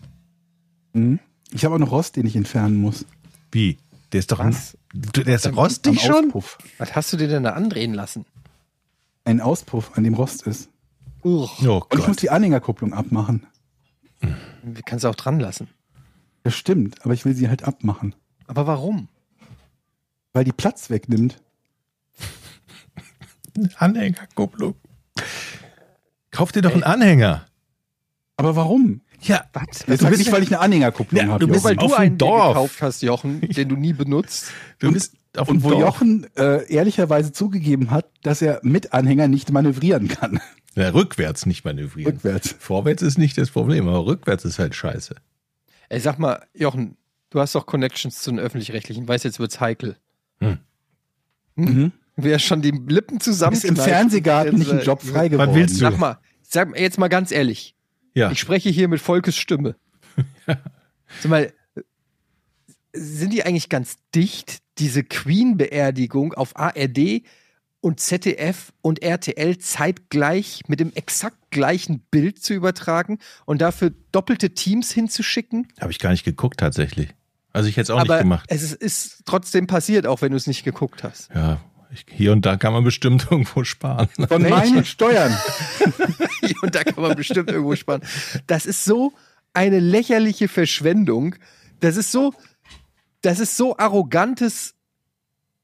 S2: Ich habe auch noch Rost, den ich entfernen muss.
S3: Wie? Der ist doch
S4: Was?
S3: Du, der ist
S2: Am
S3: rostig schon?
S2: Auspuff.
S4: Was hast du dir denn da andrehen lassen?
S2: Ein Auspuff, an dem Rost ist.
S4: Uch,
S3: Oh
S2: Und ich muss
S3: Gott.
S2: die Anhängerkupplung abmachen.
S4: kannst du auch dran lassen.
S2: Das stimmt, aber ich will sie halt abmachen.
S4: Aber warum?
S2: weil die Platz wegnimmt.
S3: Anhängerkupplung. Kauf dir doch
S2: Äh.
S3: einen Anhänger.
S2: Aber warum?
S3: Ja, halt
S4: Was?
S2: Jetzt
S4: du
S2: sag
S4: bist
S2: nicht, weil ich eine Anhängerkupplung
S3: Ja,
S2: habe.
S3: du bist-
S4: weil
S3: halt
S4: du
S3: auf dem
S4: einen dir
S3: Dorf.
S4: gekauft hast,
S2: *laughs*
S4: Jochen, den du nie benutzt.
S3: du bist auf dem
S2: Und wo
S3: Dorf.
S2: Jochen äh, ehrlicherweise zugegeben hat, dass er mit Anhänger nicht manövrieren kann. *laughs*
S3: Ja, rückwärts nicht manövrieren.
S2: Rückwärts.
S3: Vorwärts ist nicht das Problem, aber rückwärts ist halt scheiße.
S4: Ey, sag mal, Jochen, du hast doch Connections zu den öffentlich-rechtlichen. Weiß jetzt wird's heikel.
S3: Hm.
S2: Mhm.
S4: Wer schon die Lippen zusammen
S2: Ist im Fernsehgarten nicht ein Job frei geworden.
S3: willst du?
S4: Sag mal, sag mal jetzt mal ganz ehrlich.
S3: Ja.
S4: Ich spreche hier mit Volkes
S3: *laughs*
S4: Stimme. Sag mal, sind die eigentlich ganz dicht, diese Queen-Beerdigung auf ARD und ZDF und RTL zeitgleich mit dem exakt gleichen Bild zu übertragen und dafür doppelte Teams hinzuschicken?
S3: Habe ich gar nicht geguckt tatsächlich. Also ich hätte es auch
S4: Aber
S3: nicht gemacht.
S4: es ist, ist trotzdem passiert, auch wenn du es nicht geguckt hast.
S3: Ja, ich, hier und da kann man bestimmt *laughs* irgendwo sparen.
S2: Von
S4: Welche?
S3: *laughs*
S2: meinen Steuern.
S4: *laughs* und da kann man bestimmt irgendwo sparen. Das ist so eine lächerliche Verschwendung. Das ist so, das ist so arrogantes.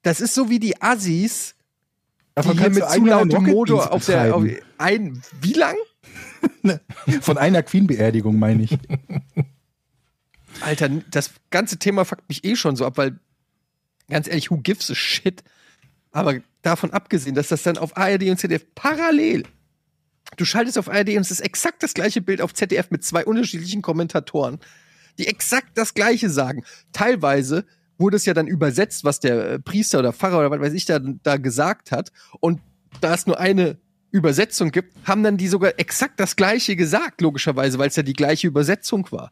S4: Das ist so wie die Assis, die hier mit zu lautem Motor auf der. Auf
S2: betreiben.
S4: ein, wie lang?
S2: Von einer Queen-Beerdigung
S3: *laughs*
S2: meine ich.
S4: Alter, das ganze Thema fuckt mich eh schon so ab, weil ganz ehrlich, who gives a shit? Aber davon abgesehen, dass das dann auf ARD und ZDF parallel. Du schaltest auf ARD und es ist exakt das gleiche Bild auf ZDF mit zwei unterschiedlichen Kommentatoren, die exakt das gleiche sagen. Teilweise wurde es ja dann übersetzt, was der äh, Priester oder Pfarrer oder was weiß ich da, da gesagt hat. Und da es nur eine Übersetzung gibt, haben dann die sogar exakt das gleiche gesagt, logischerweise, weil es ja die gleiche Übersetzung war.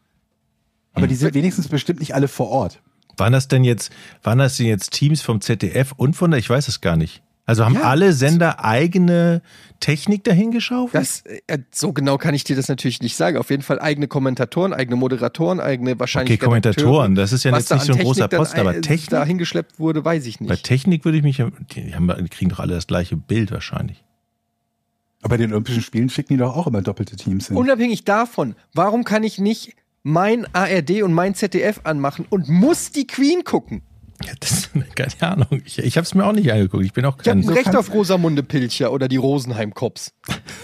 S2: Aber die sind wenigstens bestimmt nicht alle vor Ort.
S3: Waren das denn jetzt, waren das denn jetzt Teams vom ZDF und von der, ich weiß es gar nicht. Also haben
S4: Ja.
S3: alle Sender eigene Technik dahin geschaufelt?
S4: Das, äh, so genau kann ich dir das natürlich nicht sagen. Auf jeden Fall eigene Kommentatoren, eigene Moderatoren, eigene wahrscheinlich.
S3: okay, Kommentatoren,
S4: Redakteure.
S3: das ist ja
S4: Was
S3: jetzt
S4: da
S3: nicht so
S4: an
S3: ein großer
S4: Technik dann
S3: Posten, aber
S4: ein- äh,
S3: Technik,
S4: Da hingeschleppt wurde, weiß ich
S3: bei
S4: nicht.
S3: Technik würde ich mich, ja- die, haben, die kriegen doch alle das gleiche Bild wahrscheinlich.
S2: Aber bei den Olympischen Spielen schicken die doch auch immer doppelte Teams hin.
S4: Unabhängig davon, warum kann ich nicht mein ARD und mein ZDF anmachen und muss die Queen gucken?
S3: Ja, das, *laughs* keine Ahnung, ich, ich habe es mir auch nicht angeguckt, ich bin auch
S4: Ich habe
S3: kein,
S4: ein Recht
S2: kannst-
S4: auf Rosamunde Pilcher oder die Rosenheim-Cops.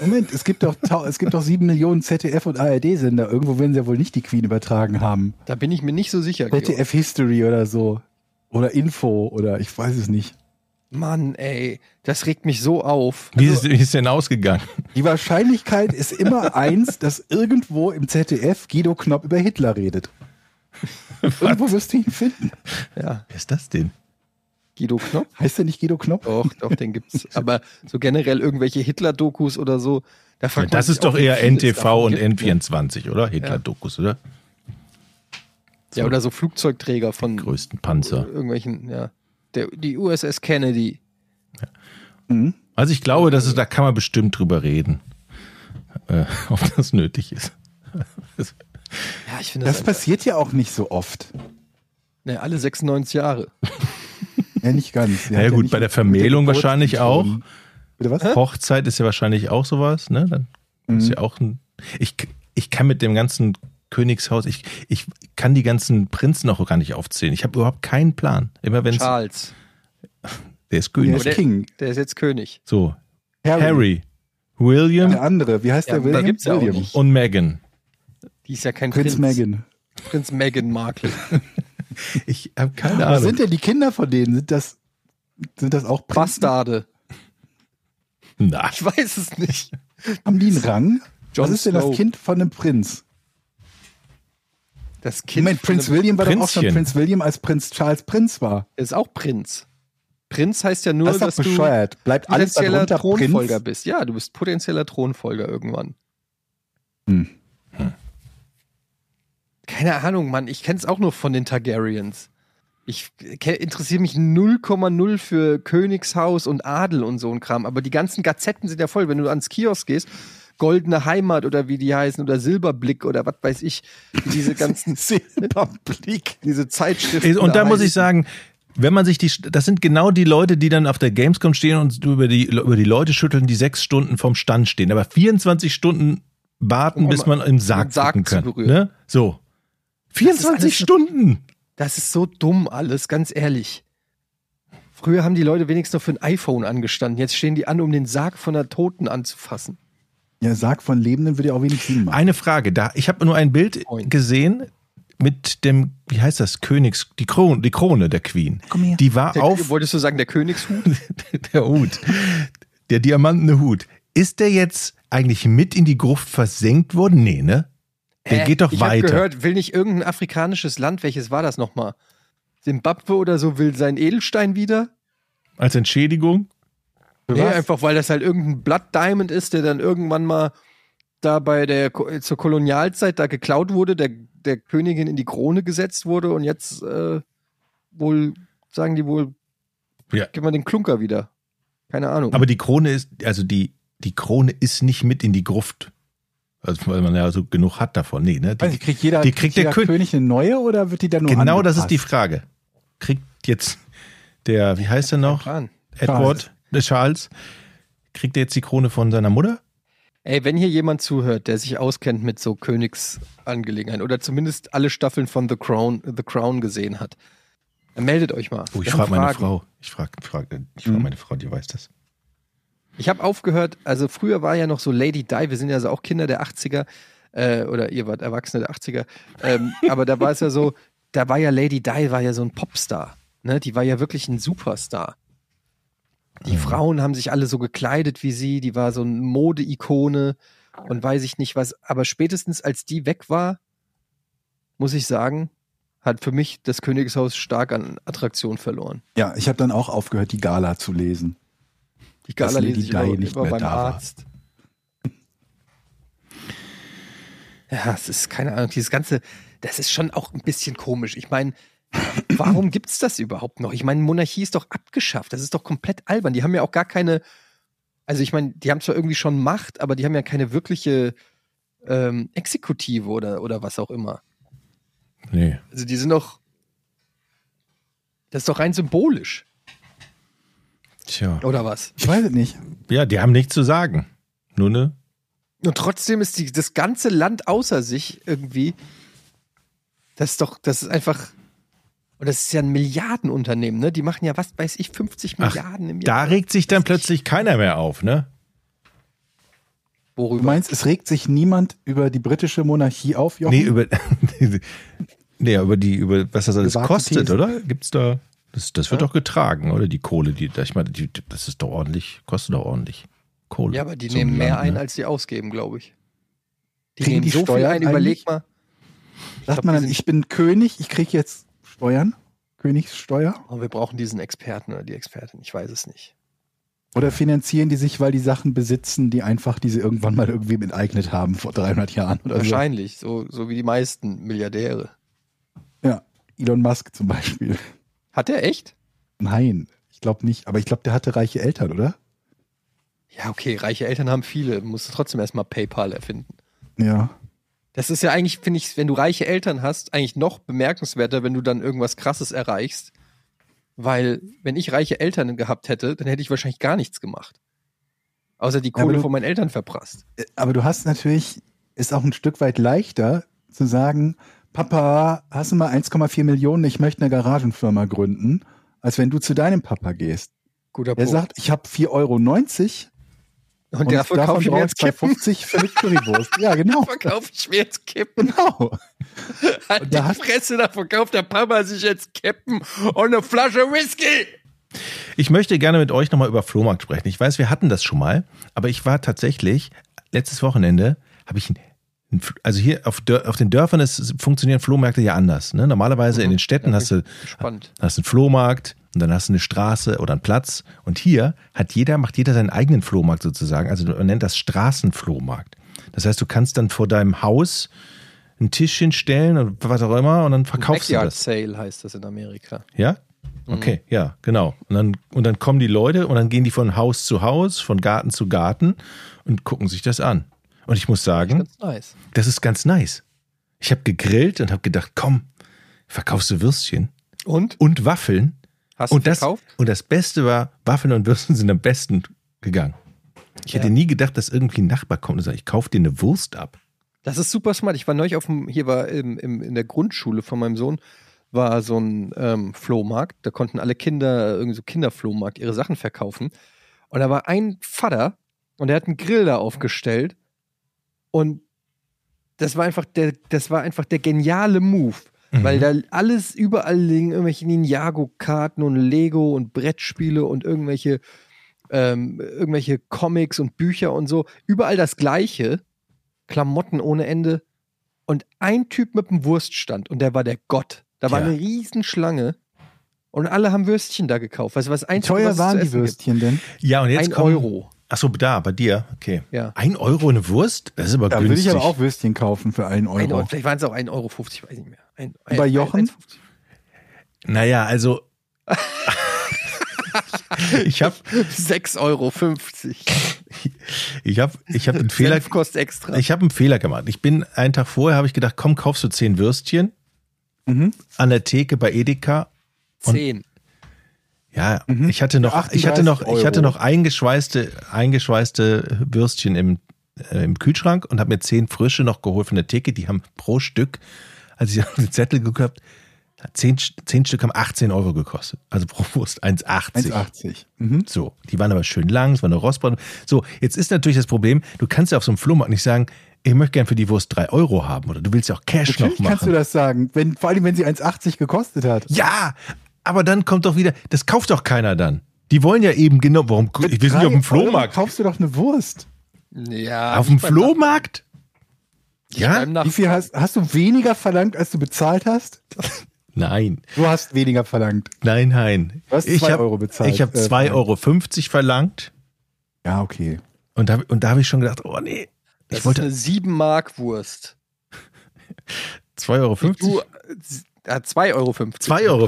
S2: Moment, es gibt doch tau- es gibt doch sieben Millionen ZDF und ARD-Sender. Irgendwo werden sie ja wohl nicht die Queen übertragen haben.
S4: Da bin ich mir nicht so sicher.
S3: genau.
S4: Georg.
S2: ZDF History oder so. Oder Info oder ich weiß es nicht.
S4: Mann, ey, das regt mich so auf.
S3: wie ist, wie ist denn ausgegangen?
S2: Die Wahrscheinlichkeit
S3: *laughs*
S2: ist immer eins, dass irgendwo im ZDF Guido Knopp über Hitler redet. Irgendwo wirst du ihn finden.
S4: Ja,
S3: Wer ist das denn?
S4: Guido Knopf.
S2: Heißt er nicht Guido Knopp?
S4: Doch, doch, den gibt's. Aber so generell irgendwelche Hitler-Dokus oder so, da fragt man
S3: Das
S4: sich
S3: ist
S4: auch,
S3: doch
S4: wie
S3: eher
S4: viel es
S3: NTV
S4: davon
S3: und
S4: gibt, ne?
S3: N24, oder? Hitler-Dokus, oder?
S4: Ja, oder so Flugzeugträger von
S3: Größten Panzer.
S4: irgendwelchen, ja. Der, die USS Kennedy.
S3: Also ich glaube, dass es, da kann man bestimmt drüber reden, äh, *laughs* ob das nötig ist.
S4: Ja, ich finde das,
S2: Das
S4: einfach,
S2: passiert ja auch nicht so oft.
S4: ne, alle 96 Jahre.
S2: Ja, nicht ganz.
S3: Na ja, gut, bei der Vermählung wahrscheinlich auch.
S2: Bitte was?
S3: Hochzeit ist ja wahrscheinlich auch sowas, ne? Dann ist ja auch ein. Ich, ich kann mit dem ganzen Königshaus, ich, ich kann die ganzen Prinzen auch gar nicht aufzählen. Ich habe überhaupt keinen Plan. Immer wenn es. Der
S4: Charles,
S3: ist
S2: Der
S3: König.
S2: ist King.
S4: der ist jetzt König.
S3: So. Hm? Harry, William
S2: Der andere. Wie heißt
S4: Ja,
S2: der
S4: da
S2: William?
S4: gibt's ja auch
S2: William.
S4: nicht.
S3: und Meghan.
S4: Die ist ja kein
S2: Prinz
S4: Prinz.
S2: Megan.
S4: Prinz Meghan Markle.
S3: Ich habe keine
S2: Was
S3: Ahnung.
S2: sind denn die Kinder von denen? Sind das, sind das auch Prinzen?
S4: Bastarde.
S3: Na,
S4: Ich weiß es nicht.
S2: Haben die einen Rang?
S4: Jon
S2: was ist denn
S4: Snow.
S2: das Kind von einem Prinz?
S4: Das Kind
S2: Moment, Prinz
S4: von einem-
S2: William war doch auch schon
S3: Prinzchen.
S2: Prinz William, als Prinz Charles Prinz war.
S4: ist auch Prinz. Prinz heißt ja nur,
S2: Das ist doch
S4: dass du
S2: bescheuert. Bleibt alles
S4: potenzieller
S2: darunter
S4: Thronfolger
S2: *laughs* Prinz?
S4: bist. Ja, du bist potenzieller Thronfolger irgendwann.
S2: Hm.
S4: Keine Ahnung, Mann. Ich kenne es auch nur von den Targaryens. Ich interessiere mich 0,0 für Königshaus und Adel und so ein Kram. Aber die ganzen Gazetten sind ja voll. Wenn du ans Kiosk gehst, Goldene Heimat oder wie die heißen oder Silberblick oder was weiß ich.
S2: *laughs*
S4: Diese ganzen,
S2: Silberblick.
S4: *laughs* diese Zeitschriften.
S3: Ey, Und da muss
S4: heißen.
S3: ich sagen, wenn man sich die, das sind genau die Leute, die dann auf der Gamescom stehen und über die, über die Leute schütteln, die sechs Stunden vom Stand stehen, aber 24 Stunden warten,
S4: Um
S3: bis man im Sarg,
S4: den Sarg
S3: gucken
S4: zu
S3: kann.
S4: berühren.
S3: Ne? So.
S4: ist alles
S3: 24
S4: so-
S3: Stunden!
S4: Das ist so dumm alles, ganz ehrlich. Früher haben die Leute wenigstens noch für ein iPhone angestanden. Jetzt stehen die an, um den Sarg von der Toten anzufassen.
S5: Ja, Sarg von Lebenden würde ja auch wenig Sinn machen.
S3: Eine Frage, da ich habe nur ein Bild
S4: Point.
S3: gesehen mit dem, wie heißt das, Königs, die Krone, die Krone der Queen.
S5: Komm her.
S3: Die war
S4: Der,
S3: auf
S4: Wolltest du sagen, der Königshut?
S3: der Hut, der diamantene Hut. Ist der jetzt eigentlich mit in die Gruft versenkt worden? Nee, ne? Der
S4: Hä?
S3: geht doch
S4: Äh, ich
S3: weiter.
S4: Ich gehört, will nicht irgendein afrikanisches Land, welches war das nochmal? Simbabwe oder so, will seinen Edelstein wieder?
S3: Als Entschädigung?
S2: Für
S4: Nee,
S2: was?
S4: einfach weil das halt irgendein Blood Diamond ist, der dann irgendwann mal da bei der Ko- zur Kolonialzeit da geklaut wurde, der, der Königin in die Krone gesetzt wurde und jetzt äh, wohl, sagen die wohl,
S3: Ja.
S4: gib mal den Klunker wieder. Keine Ahnung.
S3: Aber die Krone ist, also die, die Krone ist nicht mit in die Gruft. Also, weil man ja so genug hat davon. Nee, ne? Die,
S2: Also kriegt jeder,
S3: die kriegt der
S2: jeder
S3: Kön-
S2: König eine neue oder wird die dann nur
S3: genau das ist
S2: angepasst?
S3: die Frage. Kriegt jetzt der, wie heißt er noch?
S4: Plan.
S3: Edward, der Charles, kriegt er jetzt die Krone von seiner Mutter?
S4: Ey, wenn hier jemand zuhört, der sich auskennt mit so Königsangelegenheiten oder zumindest alle Staffeln von The Crown, The Crown gesehen hat, dann meldet euch mal.
S3: Oh, ich
S4: Wir haben
S3: frage meine
S4: Fragen. Hm?
S3: Frau. Ich frage frag, ich frag meine Frau, die weiß das.
S4: Ich habe aufgehört, also früher war ja noch so Lady Di, wir sind ja also auch Kinder der 80er, äh, oder ihr wart Erwachsene der 80er, ähm, aber da war es ja so, da war ja Lady Di, war ja so ein Popstar, ne? die war ja wirklich ein Superstar. Die Frauen haben sich alle so gekleidet wie sie, die war so eine Modeikone und weiß ich nicht was, aber spätestens als die weg war, muss ich sagen, hat für mich das Königshaus stark an Attraktion verloren.
S5: Ja, ich habe dann auch aufgehört, die Gala zu lesen.
S4: Die
S5: Dass
S4: Gala lese
S5: Lady
S4: ich
S5: Di
S4: immer,
S5: nicht
S4: immer
S5: mehr
S4: beim
S5: da war.
S4: Arzt. *laughs* Ja, es ist keine Ahnung, dieses Ganze, das ist schon auch ein bisschen komisch. Ich meine,
S5: *clears throat*
S4: warum gibt es das überhaupt noch? Ich meine, Monarchie ist doch abgeschafft, das ist doch komplett albern. Die haben ja auch gar keine, also ich meine, die haben zwar irgendwie schon Macht, aber die haben ja keine wirkliche ähm, Exekutive oder, oder was auch immer.
S3: Nee.
S4: Also die sind doch, das ist doch rein symbolisch,
S3: Tja.
S4: oder was?
S5: Ich weiß es nicht.
S3: Ja, die haben nichts zu sagen. Nur ne?
S4: Und trotzdem ist die, das ganze Land außer sich irgendwie. Das ist doch, das ist einfach. Und das ist ja ein Milliardenunternehmen, ne? Die machen ja, was weiß ich, 50
S3: Ach,
S4: Milliarden im
S3: Da
S4: Jahr.
S3: regt sich dann plötzlich keiner mehr auf, ne?
S5: Du
S4: Worüber?
S5: meinst, es regt sich niemand über die britische Monarchie auf, Jochen?
S3: Nee, über, *laughs* nee, über die, über was das alles
S5: Gewagte
S3: kostet,
S5: Thesen.
S3: oder? Gibt's da. Das, das wird doch getragen, oder? Die Kohle, die, ich meine, die, das ist doch ordentlich, kostet doch ordentlich Kohle.
S4: ja, aber die
S3: So
S4: nehmen
S3: ein
S4: mehr
S3: Land,
S4: ein,
S3: ne?
S4: als sie ausgeben, glaube ich. Die
S5: Kriegen
S4: nehmen
S5: die
S4: so viel
S5: Steuern
S4: ein, überleg mal.
S5: Sagt
S4: glaub,
S5: man
S4: die
S5: dann,
S4: sind-
S5: ich bin König, ich krieg jetzt Steuern? Königssteuer?
S4: Oh, wir brauchen diesen Experten oder die Expertin, ich weiß es nicht.
S5: Oder finanzieren die sich, weil die Sachen besitzen, die einfach, die sie irgendwann mal irgendwie enteignet haben vor 300 Jahren oder
S4: Wahrscheinlich, so, so wie die meisten Milliardäre.
S5: so? Ja, Elon Musk zum Beispiel.
S4: Hat er echt?
S5: Nein, ich glaube nicht. Aber ich glaube, der hatte reiche Eltern, oder?
S4: Ja, okay, reiche Eltern haben viele, musst du trotzdem erstmal PayPal erfinden.
S5: Ja.
S4: Das ist ja eigentlich, finde ich, wenn du reiche Eltern hast, eigentlich noch bemerkenswerter, wenn du dann irgendwas Krasses erreichst. Weil, wenn ich reiche Eltern gehabt hätte, dann hätte ich wahrscheinlich gar nichts gemacht. Außer die
S5: aber
S4: Kohle
S5: du-
S4: von meinen Eltern verprasst.
S5: Äh, aber du hast natürlich, ist auch ein Stück weit leichter zu sagen, Papa, hast du mal 1,4 Millionen, ich möchte eine Garagenfirma gründen, als wenn du zu deinem Papa gehst.
S4: Guter
S5: Er sagt, ich habe 4,90 Euro
S4: und, dafür kaufe ich mir jetzt Kippen.
S5: 2,50 für eine Currywurst.
S4: *laughs*
S5: Ja, genau.
S4: Verkaufe ich mir jetzt
S2: *laughs*
S4: Kippen.
S5: Genau.
S4: Halt
S5: da
S4: die
S5: hast-
S4: Fresse, da verkauft der Papa sich jetzt Kippen und eine Flasche Whisky.
S3: Ich möchte gerne mit euch nochmal über Flohmarkt sprechen. Ich weiß, wir hatten das schon mal, aber ich war tatsächlich, letztes Wochenende habe ich, ein- also hier auf, Dör- auf den Dörfern ist, funktionieren Flohmärkte ja anders. Ne? Normalerweise in den Städten
S4: Mhm. Ja,
S3: hast du
S4: Spannend.
S3: Da hast du einen Flohmarkt und dann hast du eine Straße oder einen Platz. Und hier hat jeder, macht jeder seinen eigenen Flohmarkt sozusagen. Also man nennt das Straßenflohmarkt. Das heißt, du kannst dann vor deinem Haus einen Tisch hinstellen und was auch immer und dann verkaufst du
S4: Backyard
S3: das.
S4: Sale heißt das in Amerika.
S3: Ja?
S4: Mhm.
S3: Okay, ja, genau. Und dann, und dann kommen die Leute und dann gehen die von Haus zu Haus, von Garten zu Garten und gucken sich das an. Und ich muss sagen,
S4: Ganz nice.
S3: das ist ganz nice. Ich habe gegrillt und habe gedacht, komm, verkaufst du Würstchen
S4: Und?
S3: und Waffeln
S4: Hast du
S3: und das,
S4: verkauft?
S3: und das Beste war, Waffeln und Würsten sind am besten gegangen. Ich hätte
S4: Ja.
S3: nie gedacht, dass irgendwie ein Nachbar kommt und sagt, ich kaufe dir eine Wurst ab.
S4: Das ist super smart. Ich war neulich auf dem, hier war im, im, in der Grundschule von meinem Sohn, war so ein ähm, Flohmarkt. Da konnten alle Kinder, irgendwie so Kinderflohmarkt, ihre Sachen verkaufen. Und da war ein Vater und der hat einen Grill da aufgestellt. Und das war einfach der, das war einfach der geniale Move.
S3: Mhm.
S4: Weil da alles, überall liegen irgendwelche Ninjago-Karten und Lego und Brettspiele und irgendwelche, ähm, irgendwelche Comics und Bücher und so. Überall das Gleiche. Klamotten ohne Ende. Und ein Typ mit einem Wurststand und der war der Gott. Da war
S3: Tja.
S4: eine Riesenschlange und alle haben Würstchen da gekauft. Weißt du, was ein
S2: Teuer waren die Würstchen denn?
S3: Ja, und jetzt
S4: Ein
S3: kommen-
S4: Euro.
S3: Ach so, da, bei dir. Okay.
S4: Ja.
S3: Ein Euro eine Wurst? Das ist aber
S2: Da würde
S3: günstig.
S2: ich aber auch Würstchen kaufen für einen
S4: Ein Euro.
S2: Euro.
S4: Vielleicht waren es auch 1,50 Euro, weiß ich nicht mehr. Ein,
S2: Und bei
S4: ein-
S2: Jochen?
S4: 1,50. *laughs*
S3: Naja, also. *laughs* ich habe
S4: 6,50 Euro.
S3: ich hab, ich hab einen Fehler
S4: Senf kostet extra.
S3: Ich habe einen Fehler gemacht. Ich bin einen Tag vorher, habe ich gedacht, komm, kaufst du zehn Würstchen
S2: Mhm.
S3: an der Theke bei Edeka. und-
S4: 10.
S3: Ja, ich hatte noch, ich hatte noch, ich hatte noch eingeschweißte, eingeschweißte Würstchen im, äh, im Kühlschrank und habe mir zehn frische noch geholt von der Theke. Die haben pro Stück, als ich *laughs* auf den Zettel geguckt habe, zehn, zehn Stück haben 18 Euro gekostet. Also pro Wurst 1,80.
S2: 1,80. Mhm.
S3: So, die waren aber schön lang, es war eine Rostbraten. So, jetzt ist natürlich das Problem, du kannst ja auf so einem Flohmarkt nicht sagen, ich möchte gern für die Wurst 3 Euro haben oder du willst ja auch Cash
S2: Natürlich
S3: noch
S2: kannst du
S3: machen.
S2: das sagen, wenn, vor allem wenn sie 1,80 gekostet hat.
S3: Ja, aber dann kommt doch wieder, das kauft doch keiner dann. Die wollen ja eben genau, warum, ich will nicht auf dem
S2: Drei Euro
S3: Flohmarkt.
S2: kaufst du doch eine Wurst.
S4: Ja,
S3: Auf dem
S4: nicht beim Nach-
S3: Flohmarkt?
S4: nicht
S3: Ja?
S4: beim Nach-
S2: Wie viel hast, hast du weniger verlangt, als du bezahlt hast?
S3: Nein,
S2: Du hast weniger verlangt.
S3: nein, nein.
S2: Du hast
S3: ich
S2: zwei
S3: hab-
S2: Euro bezahlt.
S3: Ich habe
S2: Äh,
S3: 2,50 Euro verlangt
S2: Ja, okay.
S3: und da, und da habe ich schon gedacht, oh nee,
S4: Das
S3: ich wollte
S4: ist eine 7-Mark-Wurst.
S3: 2,50 Euro.
S4: Du, äh, ah, 2,50 Euro.
S3: 2,50 Euro,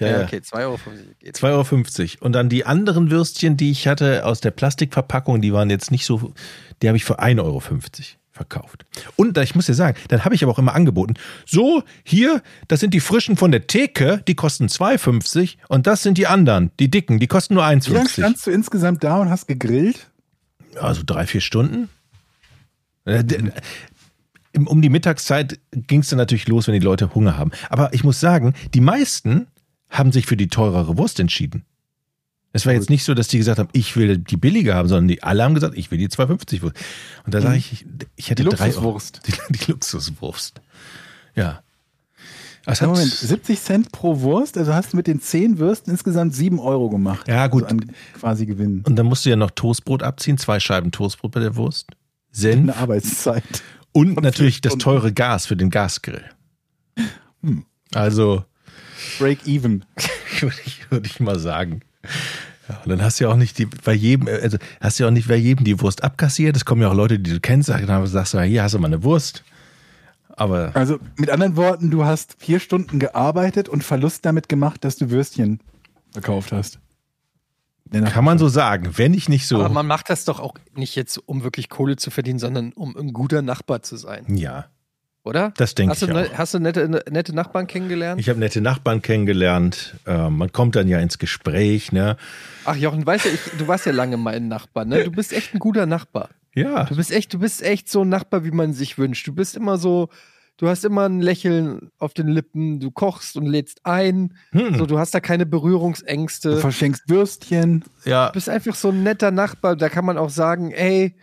S3: ja, ja.
S4: Ja, okay, 2,50 Euro. Geht.
S3: 2,50 Euro. Und dann die anderen Würstchen, die ich hatte aus der Plastikverpackung, die waren jetzt nicht so, die habe ich für 1,50 Euro verkauft. Und da- ich muss dir sagen, dann habe ich aber auch immer angeboten, so, hier, das sind die frischen von der Theke, die kosten 2,50 und das sind die anderen, die dicken, die kosten nur
S2: Wie lange
S3: 1,50.
S2: standst du insgesamt da und hast gegrillt?
S3: Also drei, vier Stunden. Äh, d- im- Um die Mittagszeit ging es dann natürlich los, wenn die Leute Hunger haben. Aber ich muss sagen, die meisten haben sich für die teurere Wurst entschieden. Es war jetzt nicht so, dass die gesagt haben, ich will die billige haben, sondern die alle haben gesagt, ich will die 2,50 Wurst. Und da sage ich, ich- ich hätte
S2: Mhm. Die
S3: drei
S2: Luxuswurst.
S3: Euro. *laughs* Die, die Luxuswurst. Ja. Es hat,
S2: Moment, 70 Cent pro Wurst, also hast du mit den 10 Würsten insgesamt 7 Euro gemacht.
S3: ja, gut.
S2: Also an quasi Gewinn.
S3: Und dann musst du ja noch Toastbrot abziehen, zwei Scheiben Toastbrot bei der Wurst. Senf.
S2: Eine Arbeitszeit.
S3: Und
S2: Und
S3: natürlich
S2: vier
S3: das teure Gas für den Gasgrill.
S4: Hm.
S3: Also, *laughs*
S2: Break even.
S3: würde ich, würde ich mal sagen. Ja, und dann hast du ja auch nicht die, bei jedem, äh, also hast du ja auch nicht bei jedem die Wurst abkassiert. Es kommen ja auch Leute, die du kennst, sagen- dann sagst du, ja, hier hast du mal eine Wurst. Aber
S2: Also mit anderen Worten, du hast vier Stunden gearbeitet und Verlust damit gemacht, dass du Würstchen verkauft hast. Nenner.
S3: kann man so sagen, wenn ich nicht
S4: Aber
S3: so.
S4: man macht das doch auch nicht jetzt, um wirklich Kohle zu verdienen, sondern um ein guter Nachbar zu sein,
S3: Ja,
S4: oder?
S3: das denke
S4: Hast
S3: ich
S4: du,
S3: auch.
S4: ne, hast du nette, nette Nachbarn kennengelernt?
S3: Ich habe nette Nachbarn kennengelernt. Äh, man kommt dann ja ins Gespräch, ne?
S4: Ach Jochen, weißt du, ich, du warst ja lange mein Nachbar, ne? Du bist echt ein guter Nachbar.
S3: Ja.
S4: Du bist echt, du bist echt so ein Nachbar, wie man sich wünscht. Du bist immer so, du hast immer ein Lächeln auf den Lippen, du kochst und lädst ein,
S3: Hm.
S4: so du hast da keine
S2: Du
S4: Berührungsängste.
S2: verschenkst Würstchen.
S3: ja.
S4: Du bist einfach so ein netter Nachbar, da kann man auch sagen, ey,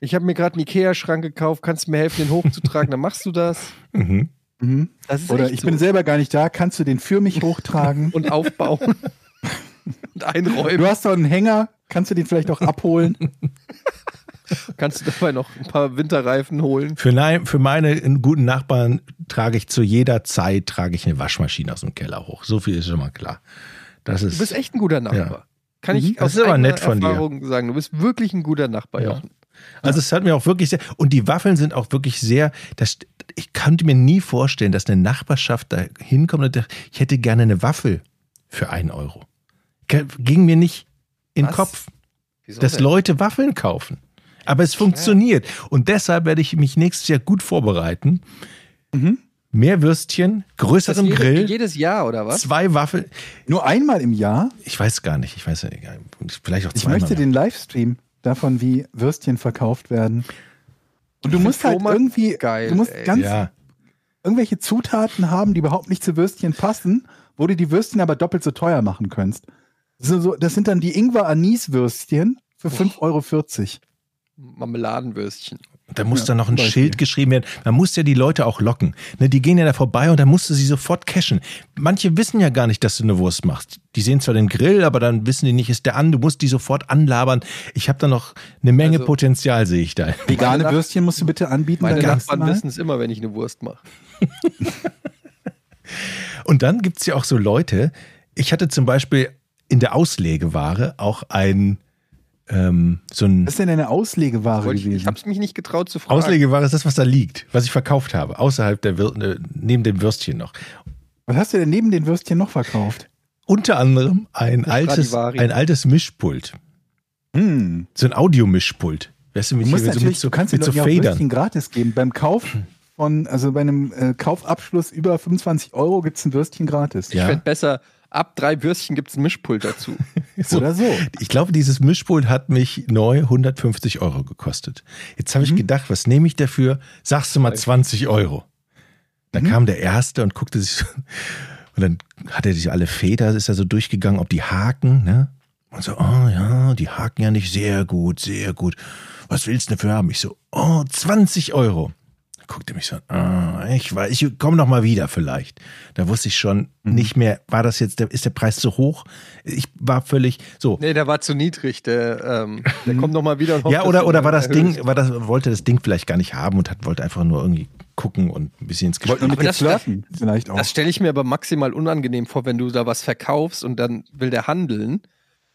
S4: ich habe mir gerade einen Ikea Schrank gekauft, kannst du mir helfen, den hochzutragen, dann machst du das.
S3: Mhm.
S2: Mhm.
S4: Das ist
S2: Oder
S4: echt
S2: ich
S4: so.
S2: bin selber gar nicht da, kannst du den für mich hochtragen?
S4: und
S2: *laughs*
S4: aufbauen und
S2: Du
S4: einräumen.
S2: hast doch einen Hänger, kannst du den vielleicht auch abholen?
S4: Kannst du dabei noch ein paar Winterreifen holen?
S3: Für, nein, für meine guten Nachbarn trage ich zu jeder Zeit trage ich eine Waschmaschine aus dem Keller hoch. So viel ist schon mal klar. Das
S4: Du
S3: ist
S4: bist echt ein guter Nachbar.
S3: Ja.
S4: Kann ich
S3: Mhm. Das
S4: aus
S3: ist aber
S4: eigener
S3: nett von dir.
S4: Erfahrung sagen. Du bist wirklich ein guter Nachbar,
S3: Ja.
S4: Jochen.
S3: also es hat mir auch wirklich sehr und die Waffeln sind auch wirklich sehr. Das, ich konnte mir nie vorstellen, dass eine Nachbarschaft da hinkommt und sagt, ich hätte gerne eine Waffel für einen Euro. Ge- Ging mir nicht in den
S4: Was?
S3: Kopf,
S4: Wieso
S3: dass
S4: denn?
S3: Leute Waffeln kaufen. Aber es funktioniert und deshalb werde ich mich nächstes Jahr gut vorbereiten. Mehr Würstchen,
S4: Mhm. Das eh
S3: größeren
S4: jede,
S3: Grill.
S4: Jedes Jahr oder was?
S3: Zwei Waffeln.
S2: Nur einmal im Jahr?
S3: Ich weiß gar nicht. Ich weiß ja, egal. vielleicht auch
S2: Ich
S3: zweimal.
S2: möchte den Livestream davon, wie Würstchen verkauft werden. Und du musst halt
S4: Flohmarkt
S2: irgendwie,
S4: geil,
S2: du musst
S4: ey.
S2: ganz
S3: ja.
S2: irgendwelche Zutaten haben, die überhaupt nicht zu Würstchen passen, wo du die Würstchen aber doppelt so teuer machen könntest. Das sind, so, das sind dann die Ingwer-Anis-Würstchen für 5,40 Euro.
S4: Marmeladenwürstchen.
S3: Da muss dann noch ein
S2: Beispiel.
S3: Schild geschrieben werden. Man muss ja die Leute auch locken. Ne, die gehen ja da vorbei und dann musst du sie sofort cashen. Manche wissen ja gar nicht, dass du eine Wurst machst. Die sehen zwar den Grill, aber dann wissen die nicht, ist der an. Du musst die sofort anlabern. Ich habe da noch eine Menge
S4: Also-
S3: Potenzial, sehe ich da.
S2: Vegane
S4: Nach-
S2: Würstchen musst du bitte anbieten.
S4: Meine
S2: beim nächsten
S4: Nachbarn
S2: Mal.
S4: wissen es immer, wenn ich eine Wurst mache.
S3: Und dann gibt's ja auch so Leute. Ich hatte zum Beispiel in der Auslegeware auch ein, ähm, so ein
S2: Was ist denn eine Auslegeware
S4: Wollte Ich, ich
S2: gewesen?
S4: habe es mich nicht getraut zu fragen.
S3: Auslegeware ist das, was da liegt, was ich verkauft habe, außerhalb der Wür äh, neben dem Würstchen noch.
S2: Was hast du denn neben den Würstchen noch verkauft?
S3: Unter anderem ein altes,
S4: Stradivari.
S3: ein altes Mischpult.
S2: Hm.
S3: So ein Audiomischpult. Weißt du, mit,
S2: Du, musst
S3: hier, mit so, mit
S2: natürlich,
S3: so,
S2: du kannst den
S3: mit so
S2: Leuten ja auch
S3: Federn.
S2: Würstchen gratis geben. Beim Kauf von, also bei einem äh, Kaufabschluss über 25 Euro gibt es ein Würstchen gratis.
S4: Ich
S3: Ja.
S4: fände besser, ab drei Würstchen gibt es ein Mischpult
S3: *laughs*
S4: dazu.
S3: So.
S2: Oder so.
S3: Ich glaube, dieses Mischpult hat mich neu 150 Euro gekostet. Jetzt habe ich gedacht, was nehme ich dafür? Sagst du mal 20 Euro. Dann kam der Erste und guckte sich so, und dann hat er sich alle Feder, ist er so durchgegangen, ob die Haken, ne? Und so, oh ja, die Haken ja nicht, sehr gut, sehr gut. Was willst du dafür haben? Ich so, oh, 20 Euro. Dann guckte er mich so, an, ah, ich weiß, ich komme noch mal wieder vielleicht. Da wusste ich schon nicht mehr, war das jetzt, der, ist der Preis zu hoch? Ich war völlig so.
S4: Nee, der war zu niedrig. Der, ähm, der kommt nochmal wieder und hofft,
S3: Hm. Ja,
S4: dass
S3: oder,
S4: du
S3: oder
S4: ihn
S3: war das
S4: erhöhst.
S3: Ding, war das, wollte das Ding vielleicht gar nicht haben und hat, wollte einfach nur irgendwie gucken und ein bisschen ins Gespräch.
S2: Wollten mit
S4: Aber
S2: dir
S4: das-
S2: flirten vielleicht auch.
S4: Das stelle ich mir aber maximal unangenehm vor, wenn du da was verkaufst und dann will der handeln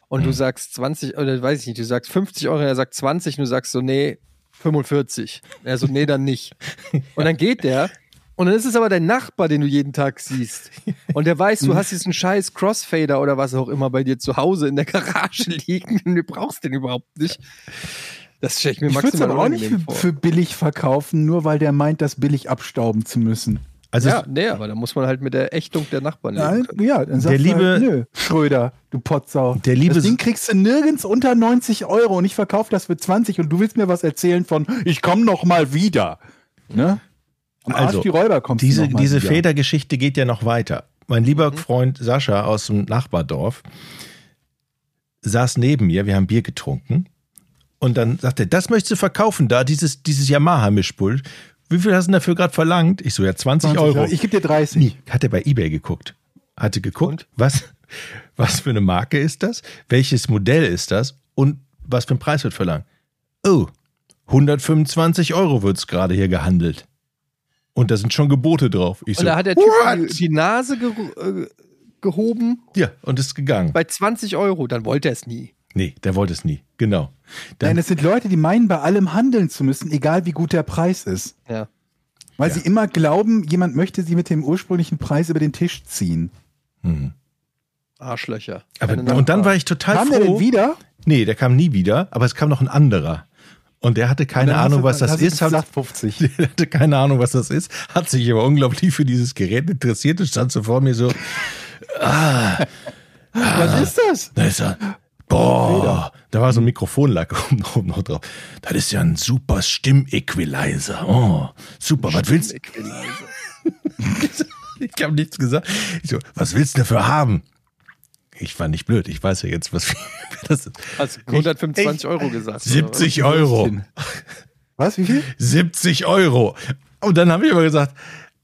S4: und
S2: Mhm.
S4: du sagst 20 oder weiß ich nicht, du sagst 50 Euro und er sagt 20 und du sagst so, nee, 45. Er so, nee, dann
S2: *laughs*
S4: nicht. Und dann geht der und dann ist es aber dein Nachbar, den du jeden Tag siehst. Und der weiß,
S2: Mhm.
S4: du hast jetzt einen scheiß Crossfader oder was auch immer bei dir zu Hause in der Garage *laughs* liegen und du brauchst den überhaupt nicht. Das stelle ich mir
S2: Ich würde es
S4: maximal
S2: aber auch nicht
S4: unangenehm
S2: für,
S4: vor.
S2: für billig verkaufen, nur weil der meint, das billig abstauben zu müssen.
S3: Also
S4: ja, nee, aber da muss man halt mit der Ächtung der Nachbarn leben
S2: Nein,
S4: können.
S2: ja, dann
S3: Der
S2: sagst du
S3: liebe-
S2: halt, nö, Schröder, du Potsau.
S3: Der liebe-
S2: das Ding kriegst du nirgends unter 90 Euro und ich verkaufe das für 20 und du willst mir was erzählen von, ich komme noch mal wieder. Ne? Am Arsch
S3: Also,
S2: die Räuber kommst du
S3: diese,
S2: noch mal
S3: diese
S2: wieder.
S3: Federgeschichte geht ja noch weiter. Mein lieber Freund Sascha aus dem Nachbardorf saß neben mir, wir haben Bier getrunken. Und dann sagte er, das möchtest du verkaufen da, dieses, dieses Yamaha-Mischpult. Wie viel hast du denn dafür gerade verlangt? Ich so, ja, 20,
S2: 20
S3: Euro.
S2: Ich gebe dir 30.
S3: Nie. Hat er bei eBay geguckt. Hatte geguckt, was, was für eine Marke ist das, welches Modell ist das und was für ein Preis wird verlangt. Oh, 125 Euro wird es gerade hier gehandelt. Und da sind schon Gebote drauf. Ich
S4: Und
S3: so,
S4: da hat der Typ die, die Nase geru- äh, gehoben
S3: ja, und ist gegangen.
S4: bei 20 Euro. Dann wollte er es nie.
S3: Nee, der wollte es nie. Genau. Dann,
S2: Nein, es sind Leute, die meinen, bei allem handeln zu müssen, egal wie gut der Preis ist.
S4: Ja.
S2: Weil
S3: Ja.
S2: sie immer glauben, jemand möchte sie mit dem ursprünglichen Preis über den Tisch ziehen.
S3: Mhm.
S4: Arschlöcher.
S3: aber,
S4: Keine
S3: und dann
S4: Nachfrage.
S3: war ich total
S2: Kam
S3: froh.
S2: der denn wieder?
S3: Nee, der kam nie wieder, aber es kam noch ein anderer. Und der hatte keine
S2: Dann hast
S3: Ahnung,
S2: du-
S3: was das
S2: hast du
S3: ist. Hat,
S2: Gesagt
S3: *laughs*
S2: 50.
S3: Der hatte keine Ahnung, was das ist, hat sich aber unglaublich für dieses Gerät interessiert und stand so vor mir so,
S2: Was ist das?
S3: da ist er, boah, da war so ein Mikrofonlack *laughs* oben, oben noch drauf. Das ist ja ein super Stimmequalizer. Oh, super, was willst du? *laughs* Ich habe nichts gesagt. Ich so, was willst du dafür haben? Ich war nicht blöd, ich weiß ja jetzt, was *laughs* das ist.
S4: Hast du 125 Euro gesagt. oder
S3: 70 Euro.
S2: Was? Wie viel?
S3: 70 Euro. Und dann habe ich aber gesagt,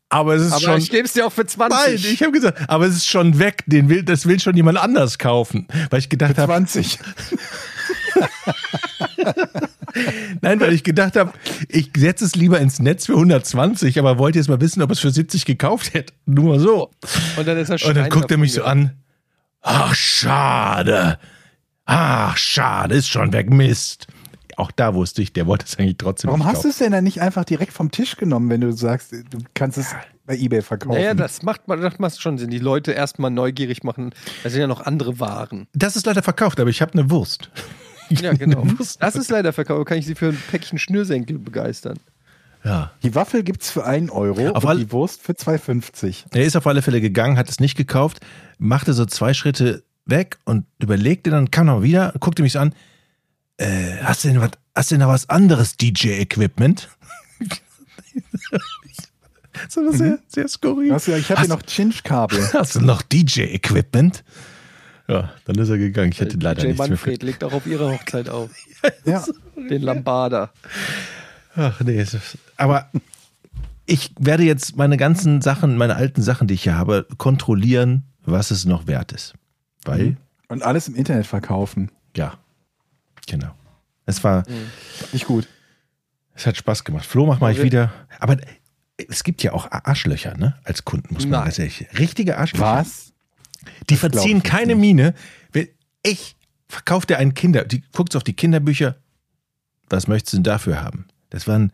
S3: aber es ist
S4: was? Aber
S3: schon.
S4: ich gebe es dir auch für 20.
S3: Nein, ich habe gesagt, aber es ist schon weg, den will, das will schon jemand anders kaufen. Weil ich gedacht habe,
S2: 20.
S3: nein, weil ich gedacht habe, ich setze es lieber ins Netz für 120, aber wollte jetzt mal wissen, ob es für 70 gekauft hätte. Nur mal so.
S4: und dann ist er
S3: Und dann guckt er mich so an. Ach, schade. Ach, schade, ist schon weg, Mist. Auch da wusste ich, der wollte es eigentlich trotzdem
S2: Warum
S3: nicht
S2: hast du
S3: kaufen.
S2: es denn dann nicht einfach direkt vom Tisch genommen, wenn du sagst, du kannst es bei Ebay verkaufen?
S4: Naja, das macht, man- das macht schon Sinn. Die Leute erstmal neugierig machen. Da sind ja noch andere Waren.
S3: Das ist leider verkauft, aber ich habe eine Wurst. *laughs* Ich
S4: Ja,
S3: hab eine
S4: genau.
S3: *laughs* Wurst.
S4: Das ist leider verkauft. Kann ich sie für ein Päckchen Schnürsenkel begeistern?
S3: Ja.
S2: die Waffel gibt es für 1 Euro
S3: Auf
S2: und
S3: all-
S2: die Wurst für 2,50.
S3: Er ist auf alle Fälle gegangen, hat es nicht gekauft, machte so zwei Schritte weg und überlegte dann, kam noch wieder, guckte mich so an. Äh, hast du denn was, *laughs* hast du denn noch was anderes DJ-Equipment? ist aber sehr, sehr skurril.
S2: Weißt Mhm. du, ich habe hier noch
S3: *laughs*
S2: Chinch-Kabel.
S3: Hast du noch DJ-Equipment? Ja, dann ist er gegangen. Ich
S2: Äh,
S3: hätte leider
S4: DJ
S3: nichts mehr.
S4: Manfred legt auch auf ihrer Hochzeit auf.
S3: *laughs*
S2: Ja.
S4: Den Lambada.
S3: Ach nee, es ist- aber ich werde jetzt meine ganzen Sachen, meine alten Sachen, die ich hier habe, kontrollieren, was es noch wert ist. Weil,
S2: Und alles im Internet verkaufen.
S3: ja, genau. Es war,
S2: Nicht gut.
S3: es hat Spaß gemacht. Flo, mach mal ich
S4: wir-
S3: wieder. Aber es gibt ja auch Arschlöcher, ne? Als Kunden muss man
S4: Nein.
S3: ganz ehrlich. Richtige Arschlöcher.
S2: Was?
S3: Die
S2: glaub
S3: verziehen
S2: ich jetzt
S3: keine
S2: nicht.
S3: Miene. Wenn ich verkauft dir einen Kinder, die guckt auf die Kinderbücher. Was möchtest du denn dafür haben? Das war ein,